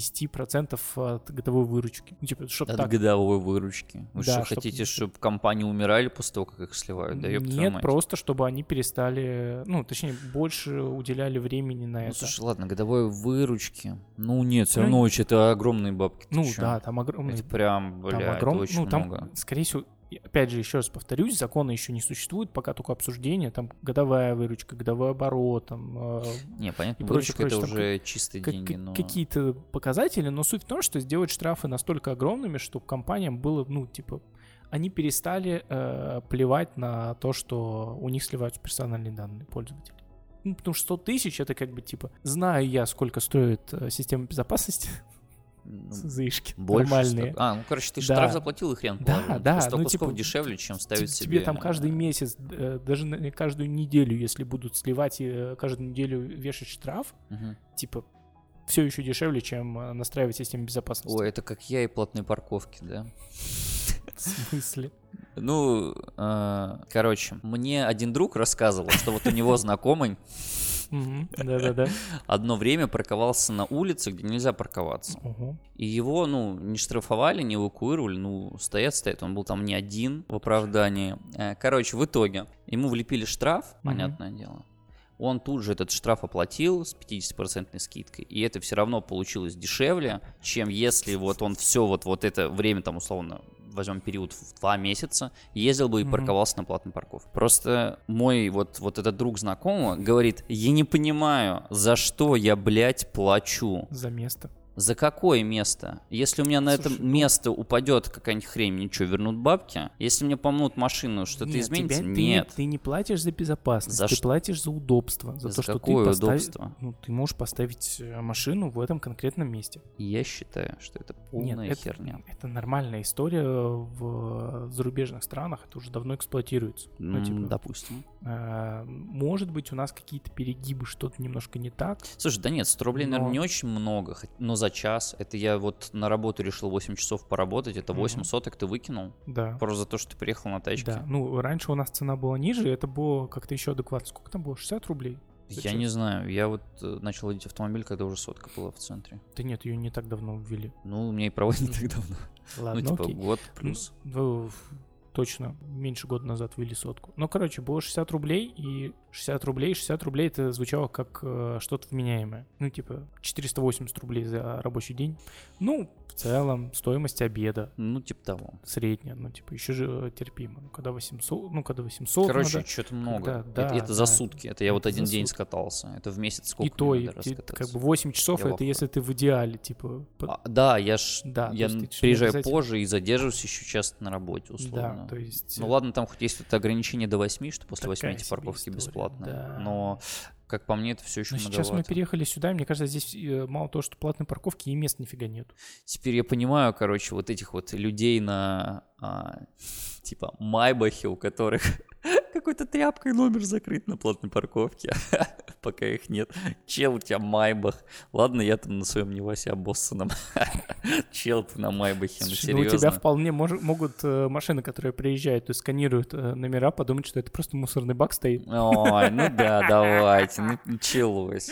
Speaker 4: 50% от годовой выручки. Ну, типа, чтобы
Speaker 3: От
Speaker 4: так
Speaker 3: годовой выручки. Вы
Speaker 4: Да,
Speaker 3: что,
Speaker 4: чтоб-
Speaker 3: хотите, чтобы компании умирали после того, как их сливают? Да ёб твою
Speaker 4: Нет,
Speaker 3: мать.
Speaker 4: просто чтобы они перестали, ну, точнее, больше уделяли времени на
Speaker 3: Ну,
Speaker 4: это.
Speaker 3: слушай, ладно, годовой выручки. Ну, нет, все
Speaker 4: Ну,
Speaker 3: равно очень это огромные бабки. ты
Speaker 4: ну
Speaker 3: чё?
Speaker 4: да, там огромные,
Speaker 3: Это прям,
Speaker 4: там
Speaker 3: бля, это
Speaker 4: огром-
Speaker 3: очень
Speaker 4: ну, там,
Speaker 3: много.
Speaker 4: скорее всего, и опять же, еще раз повторюсь, закона еще не существует, пока только обсуждение, там годовая выручка, годовой оборот, там э,
Speaker 3: Не, понятно,
Speaker 4: и
Speaker 3: выручка
Speaker 4: прочее,
Speaker 3: это
Speaker 4: прочее, там
Speaker 3: уже чистые
Speaker 4: как-
Speaker 3: деньги,
Speaker 4: как-
Speaker 3: но...
Speaker 4: какие-то показатели, но суть в том, что сделать штрафы настолько огромными, чтобы компаниям было, ну, типа, они перестали э, плевать на то, что у них сливаются персональные данные пользователей. Ну, потому что 100 тысяч это как бы типа, знаю я, сколько стоит э, система безопасности,
Speaker 3: Ну,
Speaker 4: заишки
Speaker 3: больше ста-
Speaker 4: нормальные.
Speaker 3: А, ну, короче, ты
Speaker 4: Да.
Speaker 3: штраф заплатил и хрен
Speaker 4: Да,
Speaker 3: положил.
Speaker 4: да,
Speaker 3: 100
Speaker 4: ну,
Speaker 3: кусков
Speaker 4: типа,
Speaker 3: дешевле, чем
Speaker 4: Тебе-
Speaker 3: ставить себе...
Speaker 4: Тебе там каждый месяц, э, даже на- каждую неделю, если будут сливать и э, каждую неделю вешать штраф,
Speaker 3: Мгм.
Speaker 4: типа все еще дешевле, чем э, настраивать систему безопасности.
Speaker 3: Ой, это как я и платные парковки, да?
Speaker 4: В смысле?
Speaker 3: Ну, э, короче, мне один друг рассказывал, что вот у него знакомый
Speaker 4: Мгм, Да-да-да.
Speaker 3: одно время парковался на улице, где нельзя парковаться.
Speaker 4: Ого.
Speaker 3: И его, ну, не штрафовали, не эвакуировали, ну, стоят, стоят. Он был там не один в оправдании. Э, Короче, в итоге ему влепили штраф,
Speaker 4: Мгм.
Speaker 3: понятное дело. Он тут же этот штраф оплатил с 50% скидкой. И это все равно получилось дешевле, чем если вот он все вот, вот это время, там, условно, возьмем период в два месяца, ездил бы и
Speaker 4: Мгм.
Speaker 3: парковался на платной парковке. Просто мой вот, вот этот друг знакомого говорит, я не понимаю, за что я, блядь, плачу.
Speaker 4: За место.
Speaker 3: За какое место? Если у меня на
Speaker 4: Слушай, ну
Speaker 3: это место упадет какая-нибудь хрень, ничего, вернут бабки? Если мне помнут машину, что-то
Speaker 4: Нет,
Speaker 3: изменится?
Speaker 4: тебя- ты не-
Speaker 3: Нет.
Speaker 4: Ты, не платишь за безопасность,
Speaker 3: За
Speaker 4: ты
Speaker 3: ш-
Speaker 4: платишь за удобство. За,
Speaker 3: За
Speaker 4: то, что
Speaker 3: какое
Speaker 4: ты постави-
Speaker 3: удобство?
Speaker 4: Ну, ты можешь поставить э, машину в этом конкретном месте.
Speaker 3: Я считаю, что это
Speaker 4: Нет,
Speaker 3: полная
Speaker 4: это,
Speaker 3: херня.
Speaker 4: это нормальная история в э, зарубежных странах, это уже давно эксплуатируется. Ну,
Speaker 3: М,
Speaker 4: типа,
Speaker 3: Допустим.
Speaker 4: э, может быть, у нас какие-то перегибы, что-то немножко не так.
Speaker 3: Слушай, да нет, 100 рублей, наверное,
Speaker 4: Но-
Speaker 3: не очень много, хоть- но за час. Это я вот на работу решил 8 часов поработать, это 8
Speaker 4: Мгм.
Speaker 3: соток ты выкинул.
Speaker 4: Да.
Speaker 3: Просто за то, что ты приехал на тачке.
Speaker 4: Да, ну раньше у нас цена была ниже, это было как-то еще адекватно. Сколько там было? 60 рублей?
Speaker 3: Я
Speaker 4: Зачем?
Speaker 3: не знаю, я вот э, начал водить автомобиль, когда уже сотка была в центре.
Speaker 4: Да нет, ее не так давно ввели.
Speaker 3: Ну, у меня и права не так давно. Ну,
Speaker 4: Ладно,
Speaker 3: типа
Speaker 4: окей.
Speaker 3: год плюс.
Speaker 4: Ну, в- точно, меньше года назад ввели сотку. Ну, короче, было 60 рублей, и 60 рублей, 60 рублей это звучало как э, что-то вменяемое. Ну, типа 480 рублей за рабочий день. Ну, в целом, стоимость обеда
Speaker 3: Ну, типа того.
Speaker 4: средняя, ну, типа, еще же терпимо. Ну, когда 800, ну, когда 800
Speaker 3: Короче,
Speaker 4: надо,
Speaker 3: что-то много.
Speaker 4: когда-
Speaker 3: Это-
Speaker 4: да,
Speaker 3: это, за
Speaker 4: да,
Speaker 3: сутки. Это я вот
Speaker 4: это
Speaker 3: один
Speaker 4: за
Speaker 3: день
Speaker 4: сутки.
Speaker 3: скатался. Это в месяц
Speaker 4: и
Speaker 3: сколько мне
Speaker 4: то, и
Speaker 3: надо
Speaker 4: те-
Speaker 3: раскататься?
Speaker 4: как бы 8 часов,
Speaker 3: Я в
Speaker 4: это если ты в идеале, типа, под-
Speaker 3: А, да, я ж
Speaker 4: Да,
Speaker 3: я
Speaker 4: то есть
Speaker 3: н-
Speaker 4: ты ж не
Speaker 3: приезжаю
Speaker 4: обязательно-
Speaker 3: позже и задерживаюсь еще часто на работе, условно.
Speaker 4: да, то есть...
Speaker 3: Ну
Speaker 4: э,
Speaker 3: ладно, там хоть есть вот ограничение до 8, что после 8
Speaker 4: Такая
Speaker 3: эти
Speaker 4: себе
Speaker 3: парковки
Speaker 4: история,
Speaker 3: бесплатные.
Speaker 4: да.
Speaker 3: Но, как по мне, это все еще
Speaker 4: Но ну, сейчас мы
Speaker 3: многовато.
Speaker 4: переехали сюда, и мне кажется, здесь э, мало того, что платной парковки, и мест нифига нет.
Speaker 3: Теперь я понимаю, короче, вот этих вот людей на а, типа Майбахе, у которых какой-то тряпкой номер закрыт на платной парковке, пока их нет. Чел, у тебя Майбах. Ладно, я там на своем Невасе обоссанном. Чел, ты на Майбахе, ну
Speaker 4: Слушай, ну, у тебя
Speaker 3: серьезно.
Speaker 4: вполне мож- могут э, машины, которые приезжают и сканируют э, номера, подумать, что это просто мусорный бак стоит.
Speaker 3: Ой, ну да, давайте, ну началось.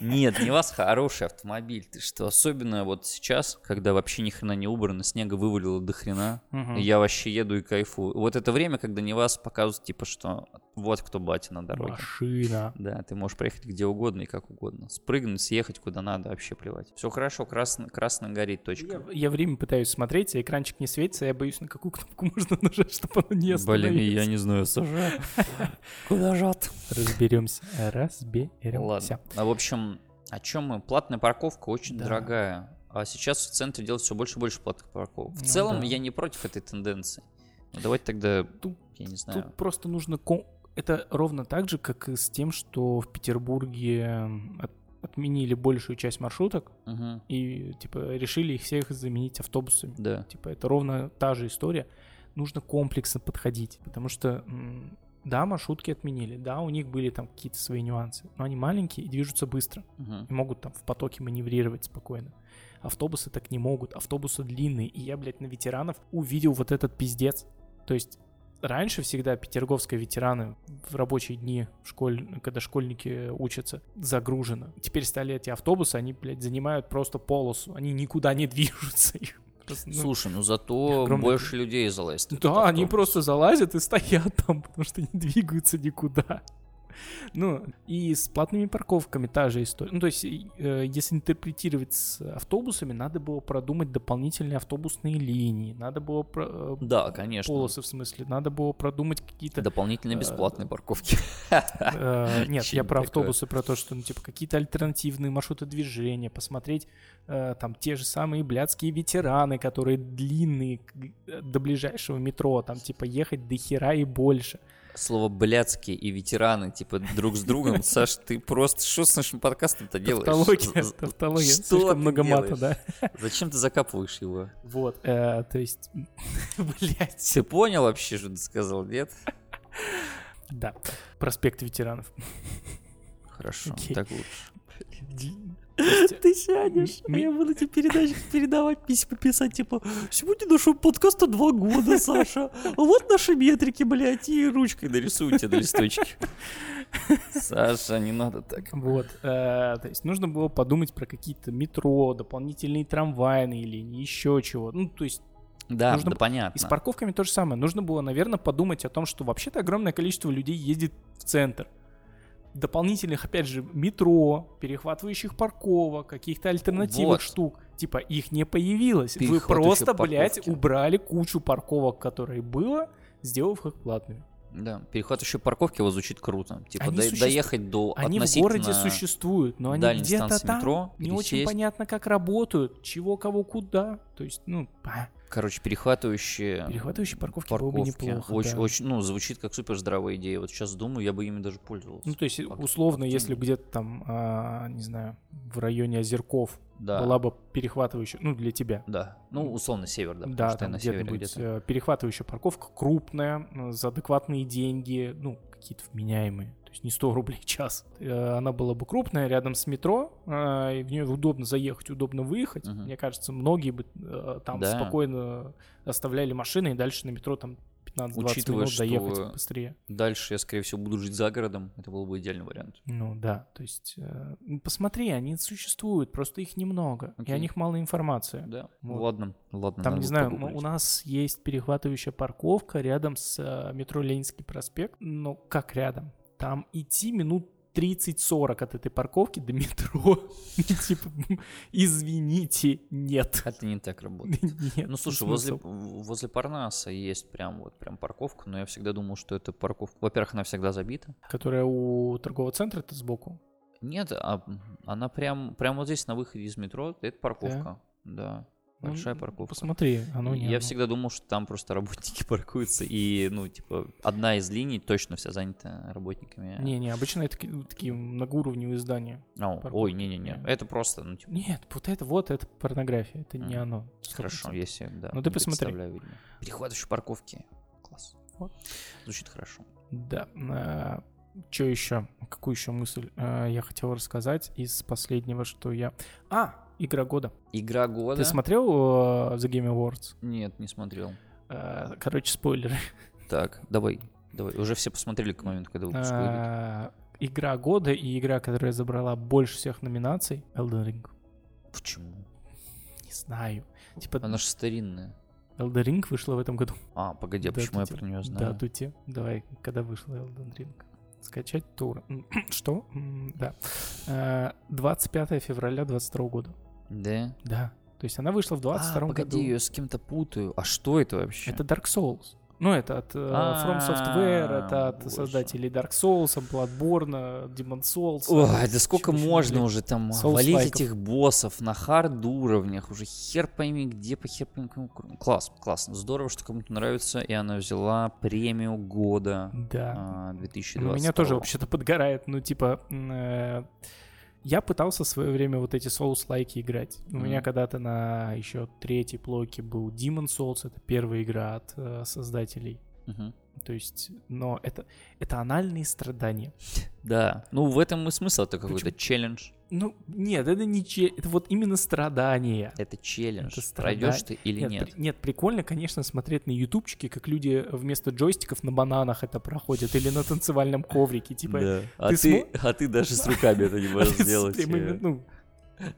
Speaker 3: Нет, не вас хороший автомобиль, ты что, особенно вот сейчас, когда вообще ни хрена не убрано, снега вывалило до хрена, Я вообще еду и кайфую. Вот это время, когда не вас показывают, типа, что вот кто батя на дороге.
Speaker 4: Машина.
Speaker 3: Да, ты можешь проехать где угодно и как угодно. Спрыгнуть, съехать куда надо, вообще плевать. Все хорошо, красно, красно горит точка.
Speaker 4: Я, я время пытаюсь смотреть, а экранчик не светится, я боюсь, на какую кнопку можно нажать, чтобы она не
Speaker 3: Блин,
Speaker 4: остановилась.
Speaker 3: я не знаю, сажа. Куда жат?
Speaker 4: Разберемся. Разберемся.
Speaker 3: Ладно. А, в общем, о чем мы? Платная парковка очень
Speaker 4: Да.
Speaker 3: дорогая. А сейчас в центре делают все больше и больше платных парковок. В
Speaker 4: Ну
Speaker 3: целом,
Speaker 4: да.
Speaker 3: я не против этой тенденции. Ну, давайте тогда,
Speaker 4: Тут-
Speaker 3: я не знаю.
Speaker 4: Тут просто нужно... ком- Это ровно так же, как и с тем, что в Петербурге м, от- отменили большую часть маршруток
Speaker 3: Мгм.
Speaker 4: и, типа, решили их всех заменить автобусами.
Speaker 3: Да.
Speaker 4: Типа, это ровно та же история. Нужно комплексно подходить, потому что м, Да, маршрутки отменили, да, у них были там какие-то свои нюансы, но они маленькие и движутся быстро,
Speaker 3: Мгм.
Speaker 4: и могут там в потоке маневрировать спокойно. Автобусы так не могут, автобусы длинные, и я, блядь, на ветеранов увидел вот этот пиздец. То есть раньше всегда петерговские ветераны в рабочие дни, в школе, когда школьники учатся, загружено. Теперь стали эти автобусы, они, блядь, занимают просто полосу, они никуда не движутся. Их просто, ну,
Speaker 3: Слушай, ну зато
Speaker 4: огромное-
Speaker 3: больше людей залазит. в этот
Speaker 4: да, они
Speaker 3: автобус.
Speaker 4: просто залазят и стоят там, потому что не двигаются никуда. Ну, и с платными парковками та же история. Ну, то есть, и, э, если интерпретировать с автобусами, надо было продумать дополнительные автобусные линии, надо было... про- э,
Speaker 3: Да, конечно.
Speaker 4: полосы, в смысле, надо было продумать какие-то...
Speaker 5: Э,
Speaker 3: Дополнительно бесплатной парковки.
Speaker 4: э, нет, я
Speaker 3: Чем
Speaker 4: про
Speaker 3: такое?
Speaker 4: автобусы, про то, что, ну, типа, какие-то альтернативные маршруты движения, посмотреть э, там те же самые блядские ветераны, которые длинные к- э, до ближайшего метро, там, типа, ехать до хера и больше.
Speaker 3: Слово «блядские» и «ветераны» типа друг с другом. Саш, ты просто что с нашим подкастом-то делаешь?
Speaker 4: Тавтология,
Speaker 3: З- з-
Speaker 4: тавтология,
Speaker 3: что
Speaker 4: слишком
Speaker 3: ты
Speaker 4: много мата,
Speaker 3: делаешь?
Speaker 4: да.
Speaker 3: Зачем ты закапываешь его?
Speaker 4: Вот, э, то есть, блядь,
Speaker 3: Ты понял вообще, что ты сказал, нет?
Speaker 4: да, проспект ветеранов.
Speaker 3: Хорошо,
Speaker 4: Окей.
Speaker 3: так лучше.
Speaker 5: Ты сядешь, а
Speaker 4: Ми-
Speaker 5: я буду тебе передачи передавать письма писать, типа, сегодня нашего подкаста два года, Саша. А вот наши метрики, блядь, и ручка.
Speaker 3: Ты нарисуй тебе на листочке. Саша, не надо так.
Speaker 4: Вот, э, то есть нужно было подумать про какие-то метро, дополнительные трамвайные линии, еще чего. Ну, то есть
Speaker 3: Да,
Speaker 4: Нужно
Speaker 3: да
Speaker 4: и с
Speaker 3: понятно.
Speaker 4: парковками то же самое. Нужно было, наверное, подумать о том, что вообще-то огромное количество людей ездит в центр. Дополнительных, опять же, метро, перехватывающих парковок, каких-то альтернативных
Speaker 3: Вот.
Speaker 4: штук. Типа их не появилось. Вы
Speaker 3: Перехватывающие
Speaker 4: просто, блядь,
Speaker 3: парковки.
Speaker 4: убрали кучу парковок, которые было, сделав их платными.
Speaker 3: Да, перехват еще парковки вот звучит круто. Типа
Speaker 4: Они
Speaker 3: до-
Speaker 4: суще-
Speaker 3: доехать до
Speaker 4: Они в
Speaker 3: относительно
Speaker 4: городе существуют, но они
Speaker 3: дальней
Speaker 4: где-то
Speaker 3: станции
Speaker 4: там.
Speaker 3: метро,
Speaker 4: не очень
Speaker 3: пересесть.
Speaker 4: понятно, как работают, чего, кого, куда. То есть, ну, а,
Speaker 3: Короче, перехватывающие
Speaker 4: перехватывающие парковки, было бы
Speaker 3: парковки.
Speaker 4: неплохо.
Speaker 3: очень,
Speaker 4: да.
Speaker 3: очень, ну, звучит как супер здравая идея. Вот сейчас думаю, я бы ими даже
Speaker 4: Ну,
Speaker 3: пользовался.
Speaker 4: то есть,
Speaker 3: Пак-
Speaker 4: условно, если
Speaker 3: активно.
Speaker 4: где-то там, а, не знаю, в районе Озерков
Speaker 3: Да.
Speaker 4: была бы перехватывающая, ну, для тебя.
Speaker 3: Да. Ну, условно, север, да.
Speaker 4: Да,
Speaker 3: потому что я
Speaker 4: там
Speaker 3: на
Speaker 4: где-то
Speaker 3: севере
Speaker 4: будет
Speaker 3: где-то.
Speaker 4: э, перехватывающая парковка, крупная, э, за адекватные деньги, ну, какие-то вменяемые, то есть не 100 рублей в час. Э, Она была бы крупная, рядом с метро, э, и в нее удобно заехать, удобно выехать.
Speaker 3: Мгм.
Speaker 4: Мне кажется, многие бы э, там
Speaker 3: Да.
Speaker 4: спокойно оставляли машины и дальше на метро там 15-20
Speaker 3: Учитывая,
Speaker 4: минут доехать
Speaker 3: что-
Speaker 4: быстрее.
Speaker 3: Дальше я, скорее всего, буду жить за городом. Это был бы идеальный вариант.
Speaker 4: Ну да, то есть э, ну, посмотри, они существуют, просто их немного, и о
Speaker 3: Окей.
Speaker 4: них мало информации.
Speaker 3: Да.
Speaker 4: Вот.
Speaker 3: Ладно, ладно.
Speaker 4: Там,
Speaker 3: надо
Speaker 4: не
Speaker 3: будет
Speaker 4: знаю, м-
Speaker 3: погуглить.
Speaker 4: у нас есть перехватывающая парковка рядом с э, метро Ленинский проспект, но как рядом? Там идти минут 30-40 от этой парковки до метро. И Типа, м, извините, нет.
Speaker 3: Это не так работает.
Speaker 4: Нет,
Speaker 3: Ну, слушай, возле,
Speaker 4: смысл.
Speaker 3: в- возле Парнаса есть прям вот прям парковка, но я всегда думал, что это парковка. Во-первых, она всегда забита.
Speaker 4: Которая у торгового центра, это сбоку.
Speaker 3: Нет, а, м, она прям, прям вот здесь на выходе из метро, это парковка. Да.
Speaker 4: Ну,
Speaker 3: Большая парковка.
Speaker 4: Посмотри, ну, оно не
Speaker 3: я
Speaker 4: оно.
Speaker 3: всегда думал, что там просто работники паркуются, и, ну, типа, одна из линий точно вся занята работниками.
Speaker 4: Не-не, обычно это таки- такие многоуровневые здания.
Speaker 3: Ау, ой,
Speaker 4: парковки.
Speaker 3: не-не-не,
Speaker 4: Не.
Speaker 3: это просто, ну, типа,
Speaker 4: Нет, вот это вот, это порнография, это не
Speaker 3: Мгм.
Speaker 4: оно. сто
Speaker 3: хорошо,
Speaker 4: процентов.
Speaker 3: если, да.
Speaker 4: Ну, ты
Speaker 3: не
Speaker 4: посмотри.
Speaker 3: представляю, видимо. Перехватывающие парковки. Класс.
Speaker 4: Вот.
Speaker 3: Звучит хорошо.
Speaker 4: Да. Что еще? Какую еще мысль а, я хотел рассказать из последнего, что я... А, игра года.
Speaker 3: Игра года?
Speaker 4: Ты смотрел э, The Game Awards?
Speaker 3: Нет, не смотрел.
Speaker 4: Э, короче, спойлеры.
Speaker 3: Так, давай, давай. Уже все посмотрели к моменту, когда выпуск выйдет.
Speaker 4: А, игра года и игра, которая забрала больше всех номинаций, Elden Ring.
Speaker 3: Почему?
Speaker 4: Не знаю. Типа,
Speaker 3: Она же старинная.
Speaker 4: Elden Ring вышла в этом году.
Speaker 3: А, погоди, а
Speaker 4: Да,
Speaker 3: почему я
Speaker 4: тут-
Speaker 3: про нее
Speaker 4: Да,
Speaker 3: знаю?
Speaker 4: Дути. Давай, когда вышла Elden Ring. Скачать тур. М, Что? М, Да. Э, 25 февраля 22 года.
Speaker 3: Да?
Speaker 4: Да. То есть она вышла в 22
Speaker 3: а,
Speaker 4: году.
Speaker 3: погоди, я её с кем-то путаю. А что это вообще?
Speaker 4: Это Dark Souls. Ну, это от э, From Software, это
Speaker 3: А,
Speaker 4: от
Speaker 3: боже.
Speaker 4: создателей Dark Souls, Bloodborne, Demon Souls.
Speaker 3: Ой, да сколько
Speaker 4: Чего-чего,
Speaker 3: можно
Speaker 4: блядь.
Speaker 3: уже там
Speaker 4: Соус
Speaker 3: валить
Speaker 4: лайков.
Speaker 3: этих боссов на хард уровнях, уже хер пойми где, по хер пойми кому. кру- Класс, классно, здорово, что кому-то нравится, и она взяла премию года
Speaker 4: Да.
Speaker 3: а, 2020.
Speaker 4: Ну, меня тоже вообще-то подгорает. Ну, типа, м, э, я пытался в свое время вот эти Souls-лайки играть. У
Speaker 3: Мгм.
Speaker 4: меня когда-то на еще третьей плойке был Demon Souls, это первая игра от э, создателей
Speaker 3: Мгм.
Speaker 4: То есть, но это, это анальные страдания.
Speaker 3: Да. Ну, в этом и смысл, это какой-то челлендж.
Speaker 4: Ну, нет, это не че, это вот именно страдания.
Speaker 3: Это челлендж.
Speaker 4: Это страда-
Speaker 3: Пройдешь ты или
Speaker 4: Нет,
Speaker 3: нет.
Speaker 4: при- нет, прикольно, конечно, смотреть на ютубчики, как люди вместо джойстиков на бананах это проходят или на танцевальном коврике, типа.
Speaker 3: Да. А,
Speaker 4: ты
Speaker 3: ты
Speaker 4: смо-
Speaker 3: а ты даже с руками это не можешь
Speaker 4: с
Speaker 3: сделать.
Speaker 4: прямыми,
Speaker 3: э,
Speaker 4: ну,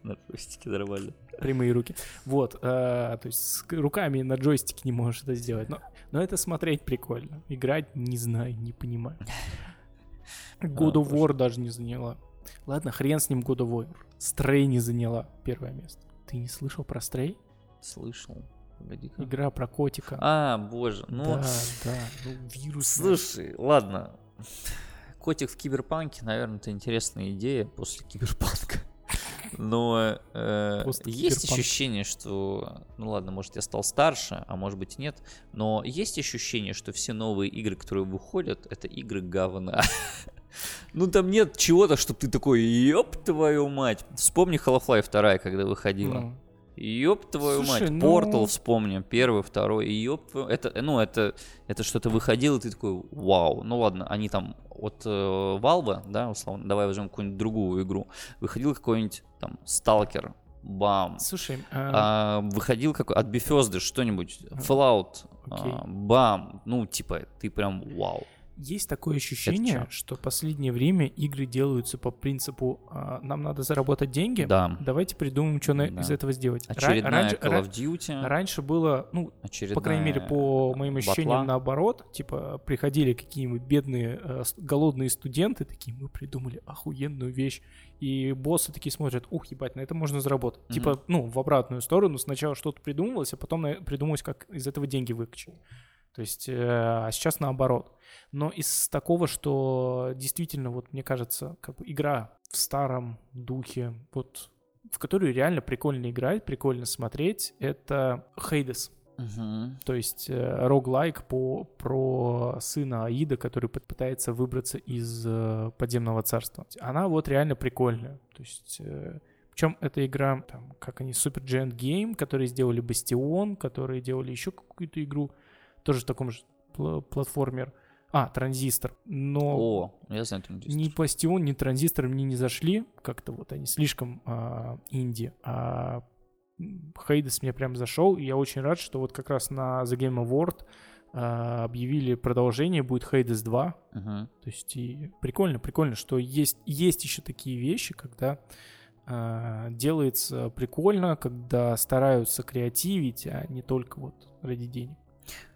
Speaker 3: На пустике нормально.
Speaker 4: прямые руки. Вот, э, то есть с к- руками на джойстике не можешь это сделать. Но, но это смотреть прикольно. Играть не знаю, не понимаю. God of War даже не заняла. Ладно, хрен с ним God of War. Стрей не заняла первое место. Ты не слышал про Стрей?
Speaker 3: Слышал. Погоди-ка.
Speaker 4: Игра про котика.
Speaker 3: А, боже. Ну,
Speaker 4: Да, да, ну вирус.
Speaker 3: слушай, ладно. Котик в киберпанке, наверное, это интересная идея после киберпанка. Но э,
Speaker 4: Просто
Speaker 3: есть
Speaker 4: киберпанк.
Speaker 3: ощущение, что, ну ладно, может я стал старше, а может быть и нет, но есть ощущение, что все новые игры, которые выходят, это игры говна. Ну там нет чего-то, чтобы ты такой, ёб твою мать. Вспомни Half-Life 2, когда выходила.
Speaker 4: Ну,
Speaker 3: Ёб твою мать,
Speaker 4: Слушай, ну-
Speaker 3: Портал вспомним, первый, второй, и ёб твою... Это, ну, это, это что-то выходило, и ты такой, вау, ну ладно, они там от э, Valve, да, условно, давай возьмем какую-нибудь другую игру, выходил какой-нибудь там Сталкер, бам,
Speaker 4: Слушай, э,
Speaker 3: а, выходил какой от Bethesda что-нибудь, Fallout,
Speaker 4: Окей.
Speaker 3: а, бам, ну, типа, ты прям вау.
Speaker 4: есть такое ощущение,
Speaker 3: чё?
Speaker 4: что последнее время игры делаются по принципу а, нам надо заработать деньги,
Speaker 3: Да,
Speaker 4: давайте придумаем, что
Speaker 3: Да.
Speaker 4: из этого сделать. Ра-
Speaker 3: очередная
Speaker 4: раньше-
Speaker 3: Call of Duty,
Speaker 4: ра- раньше было, ну,
Speaker 3: очередная
Speaker 4: по крайней мере, по моим ощущениям,
Speaker 3: Батла.
Speaker 4: наоборот, типа, приходили какие-нибудь бедные, э, с- голодные студенты, такие, мы придумали охуенную вещь, и боссы такие смотрят, ух, ебать, на это можно заработать.
Speaker 3: Мгм.
Speaker 4: Типа, ну, в обратную сторону, сначала что-то придумывалось, а потом на- придумалось, как из этого деньги выкачать. То есть, э, а сейчас наоборот. Но из такого, что действительно, вот мне кажется, как бы игра в старом духе, вот в которую реально прикольно играть, прикольно смотреть, это Хейдес.
Speaker 3: Мгм.
Speaker 4: То есть э, роглайк по, про сына Аида, который пыт- пытается выбраться из э, подземного царства. Она вот реально прикольная. То есть... причем эта игра, там, как они, Super Giant Game, которые сделали Бастион, которые делали еще какую-то игру, тоже в таком же пла- платформер. А, Транзистор. Но
Speaker 3: О, я знаю, там
Speaker 4: ни Пластион, ни Транзистор мне не зашли. Как-то вот они слишком а, инди. А м, Хейдес мне прям зашел. И я очень рад, что вот как раз на The Game Award а, объявили продолжение. Будет Хейдес 2.
Speaker 3: Мгм.
Speaker 4: То есть и прикольно, прикольно, что есть, есть еще такие вещи, когда а, делается прикольно, когда стараются креативить, а не только вот ради денег.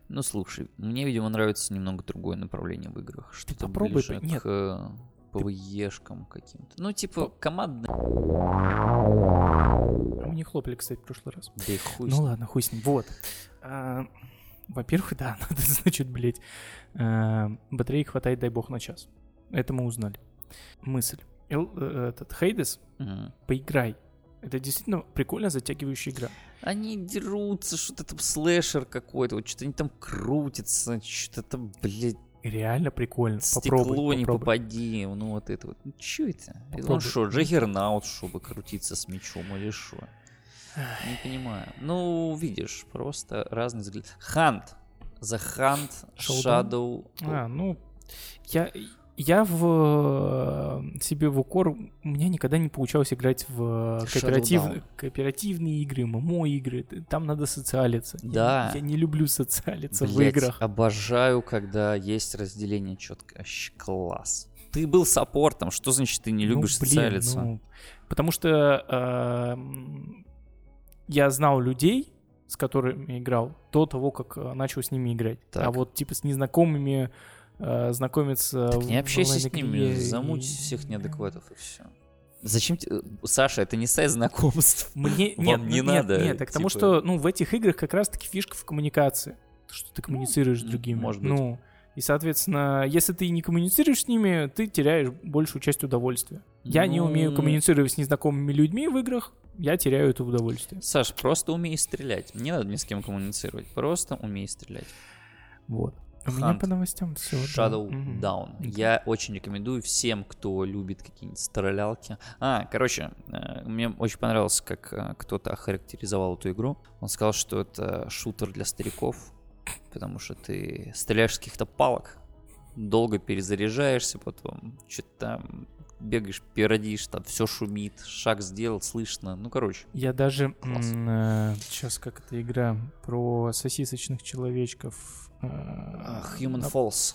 Speaker 3: Ну слушай, мне, видимо, нравится немного другое направление в играх. Что-то
Speaker 4: попробуй
Speaker 3: ближе
Speaker 4: по- нет.
Speaker 3: к э, ПВЕшкам каким-то. Ну, типа, командные.
Speaker 4: А Мне хлопали, кстати, в прошлый раз.
Speaker 3: Да и хуй. с
Speaker 4: Ну
Speaker 3: ним.
Speaker 4: ладно, хуй с ним. Вот. А, Во-первых, да, надо, значит, блять. Батареи хватает, дай бог, на час. Это мы узнали. Мысль. Эл- э, этот Хейдес,
Speaker 3: Мгм.
Speaker 4: поиграй. Это действительно прикольно затягивающая игра.
Speaker 3: Они дерутся, что-то там слэшер какой-то, вот что-то они там крутятся, что-то там, блядь,
Speaker 4: И Реально прикольно.
Speaker 3: стекло
Speaker 4: Попробуй,
Speaker 3: не
Speaker 4: попробуй.
Speaker 3: попади, ну вот это вот. Ну чё это? Это
Speaker 4: Попробуй.
Speaker 3: Он что, джаггернаут, чтобы крутиться с мячом или что? Не понимаю. Ну, видишь, просто разный взгляд. Хант. The Hunt, Shadow.
Speaker 4: Showdown? А, ну, я, я в э, себе в укор, у меня никогда не получалось играть в э,
Speaker 3: Shadow
Speaker 4: кооператив,
Speaker 3: Down.
Speaker 4: кооперативные игры, ММО игры, т- там надо социалиться. Я-
Speaker 3: Да.
Speaker 4: Я, не люблю социалиться в
Speaker 3: Блядь,
Speaker 4: играх.
Speaker 3: Обожаю, когда есть разделение четко. Вообще класс. Ты был саппортом, что значит ты не
Speaker 4: Ну,
Speaker 3: любишь
Speaker 4: блин,
Speaker 3: социалиться?
Speaker 4: ну, потому что э, м, я знал людей, с которыми играл, до того, как э, начал с ними играть. А
Speaker 3: Так.
Speaker 4: вот типа с незнакомыми э, знакомиться...
Speaker 3: Так
Speaker 4: в
Speaker 3: не общайся с
Speaker 4: онлайн-игре
Speaker 3: ними,
Speaker 4: и-
Speaker 3: замуть всех неадекватов и все. Зачем тебе... Саша, это не сайт знакомств.
Speaker 4: Мне
Speaker 3: Вам
Speaker 4: нет,
Speaker 3: не
Speaker 4: ну, нет,
Speaker 3: надо,
Speaker 4: Нет, а к тому,
Speaker 3: типа-
Speaker 4: что ну в этих играх как раз-таки фишка в коммуникации, что ты коммуницируешь
Speaker 3: м,
Speaker 4: с другими.
Speaker 3: может быть.
Speaker 4: Ну и соответственно, если ты не коммуницируешь с ними, ты теряешь большую часть удовольствия. Я не
Speaker 3: Ну,
Speaker 4: умею коммуницировать с незнакомыми людьми в играх, я теряю это удовольствие.
Speaker 3: Саш, просто умей стрелять. Не надо ни с кем коммуницировать. Просто умей стрелять.
Speaker 4: Вот. У
Speaker 3: Hunt.
Speaker 4: меня по новостям все.
Speaker 3: Shadow Down. Я очень рекомендую всем, кто любит какие-нибудь стрелялки. А, короче, э, мне очень понравилось, как э, кто-то охарактеризовал эту игру. Он сказал, что это шутер для стариков. потому что ты стреляешь с каких-то палок, долго перезаряжаешься, потом что-то там бегаешь, пердишь, там все шумит, шаг сделал, слышно. Ну, короче,
Speaker 4: Я даже
Speaker 3: Класс.
Speaker 4: сейчас как эта игра про сосисочных человечков. э,
Speaker 3: а, Human
Speaker 4: на-
Speaker 3: Falls.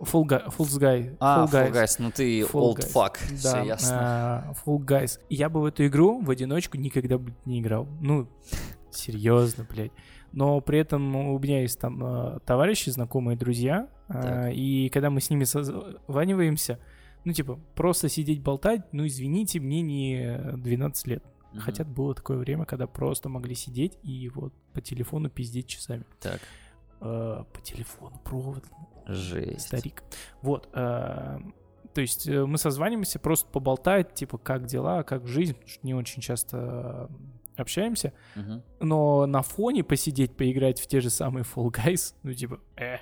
Speaker 4: Fall Guy- Falls Guy.
Speaker 3: А,
Speaker 4: Fall
Speaker 3: Fall
Speaker 4: Guys.
Speaker 3: Guys, ну ты
Speaker 4: Fall
Speaker 3: old
Speaker 4: Guys.
Speaker 3: fuck,
Speaker 4: Да,
Speaker 3: все ясно.
Speaker 4: э, Fall Guys. Я бы в эту игру в одиночку никогда бы не играл. Ну, серьезно, блядь. Но при этом у меня есть там э, товарищи, знакомые, друзья. э,
Speaker 3: Так.
Speaker 4: и когда мы с ними созваниваемся, ну, типа, просто сидеть болтать, ну, извините, мне не 12 лет.
Speaker 3: Мгм.
Speaker 4: э, Хотя было такое время, когда просто могли сидеть и вот по телефону пиздеть часами.
Speaker 3: Так,
Speaker 4: Э, по телефону, провод.
Speaker 3: жесть.
Speaker 4: Старик. Вот. э, То есть э, мы созваниваемся, просто поболтать, типа, как дела, как жизнь, потому что не очень часто э, общаемся.
Speaker 3: Мгм.
Speaker 4: Но на фоне посидеть, поиграть в те же самые Fall Guys, ну, типа, э,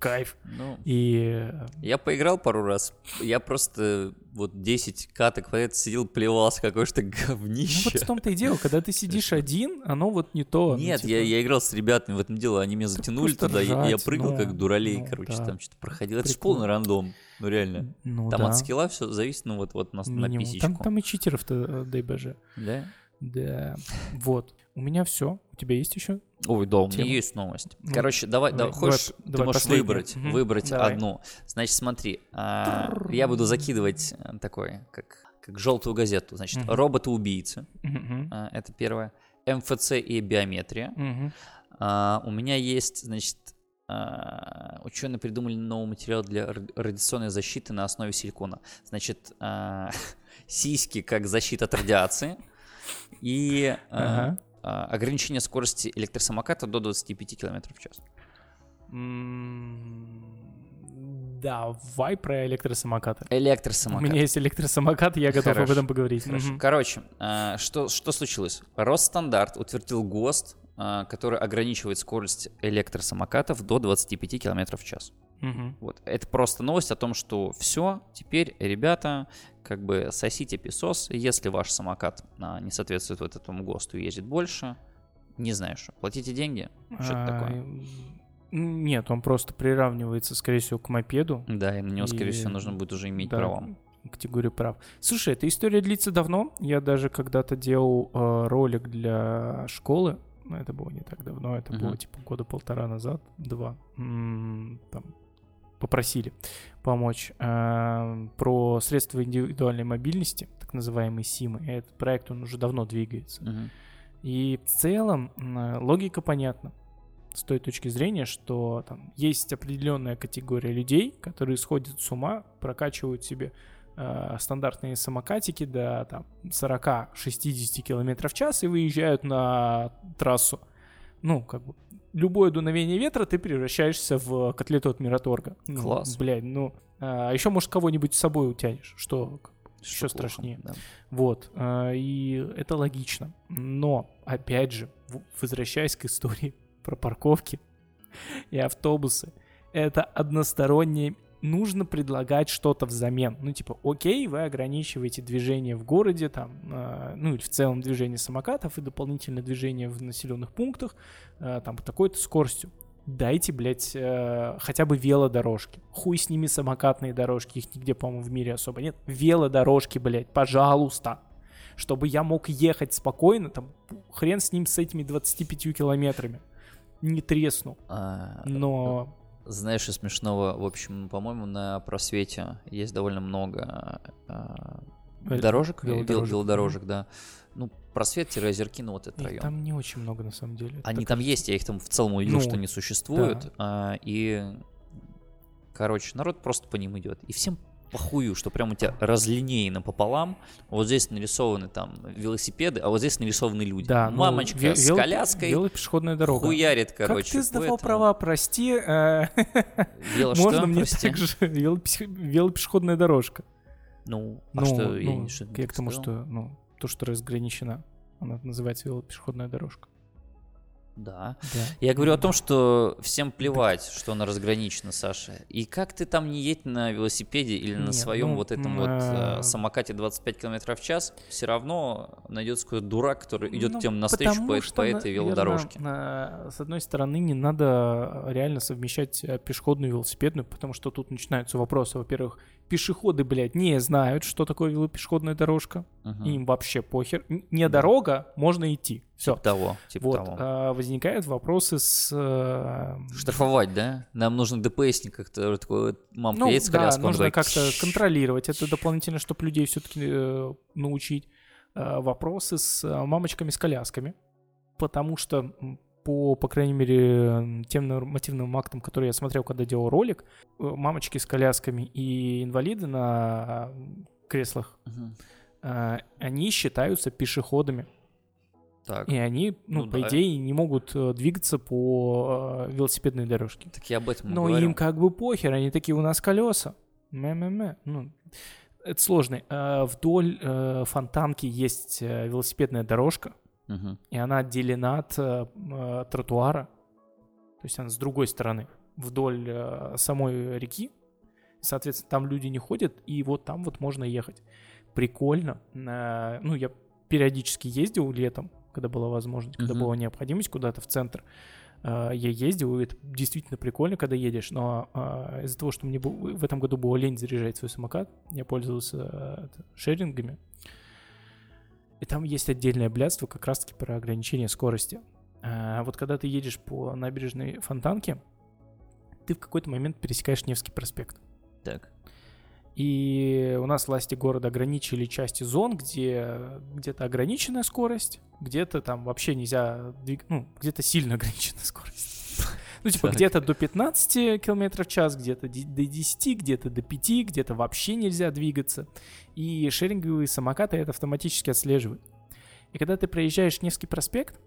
Speaker 4: кайф.
Speaker 3: Ну,
Speaker 4: И э,
Speaker 3: я поиграл пару раз, я просто вот 10 каток подряд сидел, плевался, какое же то
Speaker 4: ну, вот
Speaker 3: говнище.
Speaker 4: в том-то и дело, когда ты сидишь один, оно вот не то. ну,
Speaker 3: Нет,
Speaker 4: типа,
Speaker 3: я, я играл с ребятами в этом дело, они меня затянули
Speaker 4: просто
Speaker 3: туда, я, я
Speaker 4: ржать,
Speaker 3: прыгал
Speaker 4: ну,
Speaker 3: как дуралей,
Speaker 4: ну
Speaker 3: короче,
Speaker 4: да.
Speaker 3: там что-то проходил. Это же
Speaker 4: Прикольно.
Speaker 3: полный рандом, ну реально.
Speaker 4: Ну,
Speaker 3: Там
Speaker 4: да,
Speaker 3: от скилла все зависит, ну вот, вот на, на
Speaker 4: минимум.
Speaker 3: писечку.
Speaker 4: Там, там и читеров-то, э, дай боже.
Speaker 3: Да?
Speaker 4: Да. Вот. У меня все. У тебя есть еще?
Speaker 3: Ой, да, у меня
Speaker 4: Тема.
Speaker 3: есть новость.
Speaker 4: Ну,
Speaker 3: Короче, давай, да,
Speaker 4: давай,
Speaker 3: хочешь,
Speaker 4: давай,
Speaker 3: ты
Speaker 4: давай
Speaker 3: можешь
Speaker 4: последнюю.
Speaker 3: выбрать,
Speaker 4: Мгм,
Speaker 3: выбрать
Speaker 4: давай.
Speaker 3: одну. Значит, смотри, а, я буду закидывать э, такой, как, как желтую газету. Значит,
Speaker 4: Мгм.
Speaker 3: роботы-убийцы,
Speaker 4: Мгм.
Speaker 3: а, это первое. МФЦ и биометрия.
Speaker 4: Мгм.
Speaker 3: А, у меня есть, значит, а, ученые придумали новый материал для ра- радиационной защиты на основе силикона. Значит, а, сиськи как защита от радиации и а,
Speaker 4: Ага.
Speaker 3: а, ограничение скорости электросамоката до 25 км в час.
Speaker 4: М, Давай про электросамокаты.
Speaker 3: Электросамокат.
Speaker 4: У меня есть электросамокат, я готов об
Speaker 3: Хорошо.
Speaker 4: этом поговорить.
Speaker 3: Хорошо.
Speaker 4: Мгм.
Speaker 3: Короче, а, что, что случилось? Росстандарт утвердил ГОСТ, а, который ограничивает скорость электросамокатов до 25 км в час.
Speaker 4: Мгм.
Speaker 3: Вот. Это просто новость о том, что все, теперь, ребята, как бы сосите песос, если ваш самокат а, не соответствует вот этому ГОСТу и ездит больше, не знаю что, платите деньги, что-то
Speaker 4: А,
Speaker 3: такое.
Speaker 4: м, Нет, он просто приравнивается, скорее всего, к мопеду.
Speaker 3: Да, и на него, скорее
Speaker 4: и-
Speaker 3: всего, нужно будет уже иметь
Speaker 4: Да,
Speaker 3: права.
Speaker 4: Категорию прав. Слушай, эта история длится давно. Я даже когда-то делал э, ролик для школы. Но это было не так давно, это
Speaker 3: Мгм.
Speaker 4: было типа года полтора назад, два. М, Там попросили помочь э, про средства индивидуальной мобильности, так называемые СИМы. И Этот проект, он уже давно двигается.
Speaker 3: Мгм.
Speaker 4: И в целом м, логика понятна с той точки зрения, что там есть определенная категория людей, которые сходят с ума, прокачивают себе э, стандартные самокатики до там, 40-60 км в час и выезжают на трассу. Ну, как бы, любое дуновение ветра ты превращаешься в котлету от Мираторга. Ну,
Speaker 3: Класс.
Speaker 4: Блядь, ну, а еще, может, кого-нибудь с собой утянешь, что Ещё
Speaker 3: Что плохо,
Speaker 4: страшнее.
Speaker 3: да.
Speaker 4: вот, а, и это логично. Но, опять же, в- возвращаясь к истории про парковки и автобусы, это одностороннее нужно предлагать что-то взамен. Ну, типа, окей, вы ограничиваете движение в городе, там, э, ну, или в целом движение самокатов и дополнительное движение в населенных пунктах, э, там, по такой-то скоростью. Дайте, блядь, э, хотя бы велодорожки. Хуй с ними самокатные дорожки, их нигде, по-моему, в мире особо нет. Велодорожки, блядь, пожалуйста. Чтобы я мог ехать спокойно, там, хрен с ним с этими 25 километрами. Не тресну,
Speaker 3: А,
Speaker 4: но...
Speaker 3: Знаешь, что смешного, в общем, по-моему, на просвете есть довольно много а,
Speaker 4: Э,
Speaker 3: дорожек, вел-
Speaker 4: велодорожек.
Speaker 3: велодорожек, да. Ну, просвет-озерки, ну вот этот
Speaker 4: Их
Speaker 3: район.
Speaker 4: Там не очень много, на самом деле. Это
Speaker 3: Они
Speaker 4: так-
Speaker 3: там есть, я их там в целом увидел,
Speaker 4: Ну,
Speaker 3: что не существуют. а, и, короче, народ просто по ним идет. И всем похую, что прям у тебя разлинейно пополам. Вот здесь нарисованы там велосипеды, а вот здесь нарисованы люди.
Speaker 4: Да, ну,
Speaker 3: Мамочка
Speaker 4: ве-
Speaker 3: с
Speaker 4: вел-
Speaker 3: коляской
Speaker 4: Велопешеходная дорога.
Speaker 3: хуярит,
Speaker 4: Как
Speaker 3: короче.
Speaker 4: ты
Speaker 3: по
Speaker 4: сдавал
Speaker 3: этому.
Speaker 4: права, прости. э,
Speaker 3: Дело что?
Speaker 4: Можно мне
Speaker 3: Прости.
Speaker 4: так же? Велопеш- Велопешеходная дорожка.
Speaker 3: Ну, а
Speaker 4: Ну,
Speaker 3: что, я
Speaker 4: ну,
Speaker 3: не- что, не
Speaker 4: я
Speaker 3: так
Speaker 4: к тому,
Speaker 3: сказал?
Speaker 4: что ну, то, что разграничено, она называется велопешеходная дорожка.
Speaker 3: Да.
Speaker 4: Да.
Speaker 3: Я говорю о том, что всем плевать, что она разграничена, Саша. И как ты там не едь на велосипеде или на
Speaker 4: Нет,
Speaker 3: своем
Speaker 4: ну,
Speaker 3: вот этом
Speaker 4: м,
Speaker 3: вот э,
Speaker 4: э,
Speaker 3: самокате 25 км в час, все равно найдется какой-то дурак, который идет
Speaker 4: Ну,
Speaker 3: к тебе навстречу
Speaker 4: потому
Speaker 3: по,
Speaker 4: что,
Speaker 3: по этой
Speaker 4: наверно,
Speaker 3: велодорожке.
Speaker 4: на- с одной стороны, не надо реально совмещать э, пешеходную и велосипедную, потому что тут начинаются вопросы. Во-первых, пешеходы, блядь, не знают, что такое вело- пешеходная дорожка.
Speaker 3: Мгм. Типа
Speaker 4: Им вообще похер. Н- Не
Speaker 3: Да.
Speaker 4: дорога, можно идти. Все.
Speaker 3: Типа того, типа
Speaker 4: вот,
Speaker 3: того.
Speaker 4: а, возникают вопросы с... э,
Speaker 3: Штрафовать, да? Нам нужен ДПСник, как-то такой, вот, мамка
Speaker 4: ну,
Speaker 3: едет с
Speaker 4: да,
Speaker 3: коляской, он
Speaker 4: нужно
Speaker 3: такой,
Speaker 4: как-то
Speaker 3: «Тш».
Speaker 4: контролировать это дополнительно, чтобы людей все-таки научить. Э, Вопросы с э, мамочками с колясками, потому что м, по, по крайней мере, м, тем нормативным актам, которые я смотрел, когда делал ролик, э, мамочки с колясками и инвалиды на м, креслах,
Speaker 3: Мгм.
Speaker 4: э, они считаются пешеходами.
Speaker 3: Так.
Speaker 4: И они, ну,
Speaker 3: Ну
Speaker 4: по
Speaker 3: да.
Speaker 4: идее, не могут э, двигаться по э, велосипедной дорожке.
Speaker 3: Так я об этом и
Speaker 4: Но
Speaker 3: говорю.
Speaker 4: им как бы похер, они такие, у нас колеса. Мэ-мэ-мэ. Ну, это сложно. Э, Вдоль э, фонтанки есть э, велосипедная дорожка,
Speaker 3: Мгм.
Speaker 4: и она отделена от э, э, тротуара. То есть она с другой стороны, вдоль э, самой реки. Соответственно, там люди не ходят, и вот там вот можно ехать. Прикольно. Э, Ну, я периодически ездил летом, когда была возможность, когда
Speaker 3: Мгм.
Speaker 4: была необходимость куда-то в центр. Э, Я ездил, и это действительно прикольно, когда едешь, но э, из-за того, что мне бу- в этом году было лень заряжать свой самокат, я пользовался э, это, шерингами, и там есть отдельное блядство как раз-таки про ограничение скорости. А, Вот когда ты едешь по набережной Фонтанки, ты в какой-то момент пересекаешь Невский проспект.
Speaker 3: Так.
Speaker 4: И у нас власти города ограничили части зон, где где-то ограниченная скорость, где-то там вообще нельзя двиг- ну, где-то сильно ограниченная скорость. Ну, типа,
Speaker 3: Так.
Speaker 4: где-то до 15 км в час, где-то ди- до 10, где-то до 5, где-то вообще нельзя двигаться. И шеринговые самокаты это автоматически отслеживают. И когда ты проезжаешь Невский проспект,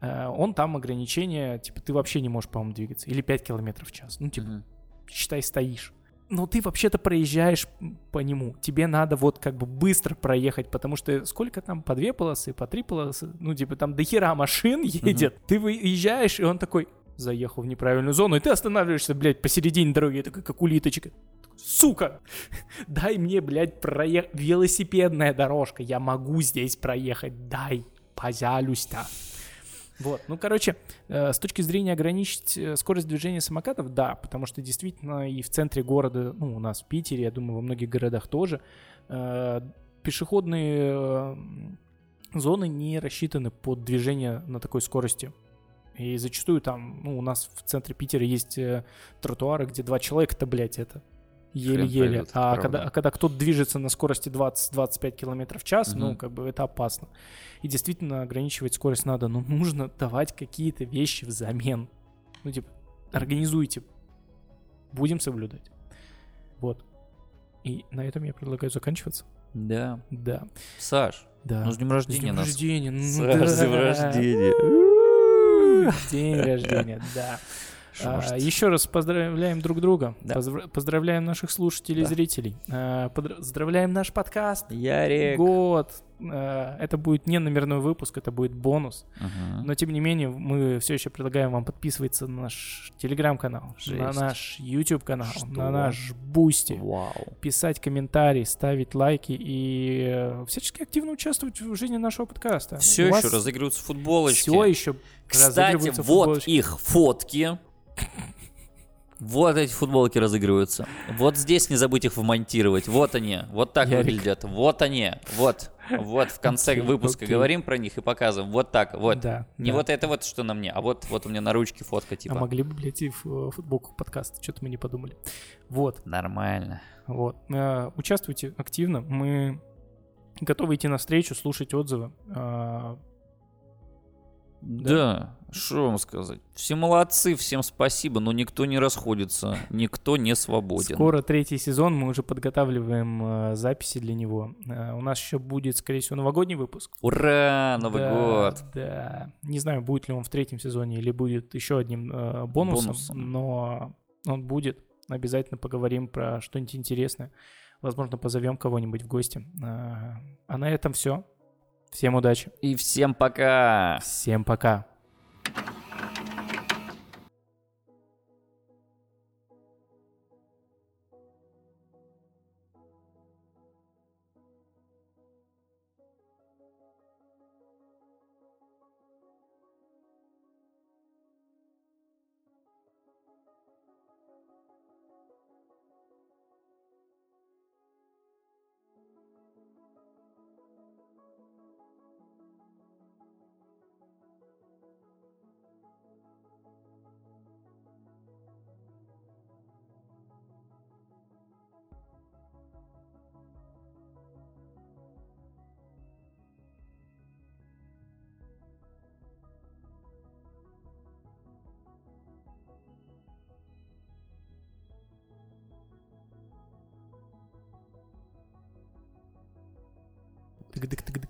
Speaker 4: э, он там ограничение, типа, ты вообще не можешь, по-моему, двигаться. Или 5 км в час. Ну, типа,
Speaker 3: Мгм.
Speaker 4: считай, стоишь. Но ты вообще-то проезжаешь по нему. Тебе надо вот как бы быстро проехать, потому что сколько там, по две полосы, по три полосы, ну типа там до хера машин едет. Ты выезжаешь, и он такой, заехал в неправильную зону, и ты останавливаешься, блядь, посередине дороги, и такой, как улиточка. Сука! Дай мне, блядь, проехать. Велосипедная дорожка, я могу здесь проехать, дай, позялюсь-то. Вот, ну, короче, э, с точки зрения ограничить э, скорость движения самокатов, да, потому что действительно и в центре города, ну, у нас в Питере, я думаю, во многих городах тоже, э, пешеходные э, зоны не рассчитаны под движение на такой скорости. И зачастую там, ну, у нас в центре Питера есть э, тротуары, где два человека-то, блядь, это еле-еле.
Speaker 3: поймет, это
Speaker 4: А
Speaker 3: правда.
Speaker 4: когда, а когда кто-то движется на скорости 20-25 км в час, ну,
Speaker 3: Мгм.
Speaker 4: как бы это опасно. И действительно ограничивать скорость надо, но нужно давать какие-то вещи взамен. Ну, типа, организуйте. Будем соблюдать. Вот. И на этом я предлагаю заканчиваться.
Speaker 3: Да.
Speaker 4: Да.
Speaker 3: Саш,
Speaker 4: Да.
Speaker 3: ну с днем
Speaker 4: С
Speaker 3: рождения
Speaker 4: днем
Speaker 3: нас.
Speaker 4: рождения. ну
Speaker 3: Саш, с днем
Speaker 4: да.
Speaker 3: рождения.
Speaker 4: День рождения, да.
Speaker 3: Что
Speaker 4: А,
Speaker 3: может?
Speaker 4: Еще раз поздравляем друг друга.
Speaker 3: Да.
Speaker 4: Поздра- Поздравляем наших слушателей и зрителей. А, подра- Поздравляем наш подкаст.
Speaker 3: Ярик.
Speaker 4: Год. А, Это будет не номерной выпуск, это будет бонус.
Speaker 3: Мгм.
Speaker 4: Но тем не менее, мы все еще предлагаем вам подписываться на наш телеграм-канал, на
Speaker 3: Жесть.
Speaker 4: наш YouTube канал,
Speaker 3: Что?
Speaker 4: на наш бусти.
Speaker 3: Вау.
Speaker 4: Писать комментарии, ставить лайки и э, всячески активно участвовать в жизни нашего подкаста.
Speaker 3: Все еще разыгрываются футболочки.
Speaker 4: Все еще
Speaker 3: Кстати, вот их фотки. Вот эти футболки разыгрываются. Вот здесь не забудь их вмонтировать. Вот они. Вот так
Speaker 4: Ярик.
Speaker 3: выглядят. Вот они. Вот. Вот в конце
Speaker 4: Окей,
Speaker 3: выпуска
Speaker 4: окей.
Speaker 3: говорим про них и показываем. Вот так. Вот.
Speaker 4: Да,
Speaker 3: Не
Speaker 4: да.
Speaker 3: вот это вот, что на мне, а вот, вот у меня на ручке фотка
Speaker 4: А
Speaker 3: типа.
Speaker 4: могли бы, блядь, и ф- футболку подкаста, что-то мы не подумали. Вот.
Speaker 3: Нормально.
Speaker 4: Вот. Э, Участвуйте активно. Мы готовы идти навстречу, слушать отзывы. Э,
Speaker 3: Да, что вам сказать? Все молодцы, всем спасибо, но никто не расходится, никто не свободен.
Speaker 4: Скоро третий сезон, мы уже подготавливаем э, записи для него. Э, У нас еще будет, скорее всего, новогодний выпуск.
Speaker 3: Ура, Новый
Speaker 4: Да,
Speaker 3: год!
Speaker 4: Да. Не знаю, будет ли он в третьем сезоне или будет еще одним э, бонусом,
Speaker 3: Бонусом.
Speaker 4: но он будет. Обязательно поговорим про что-нибудь интересное. Возможно, позовем кого-нибудь в гости. Э, А на этом все. Всем удачи.
Speaker 3: И всем пока!
Speaker 4: Всем пока. тык-дык-тык-дык.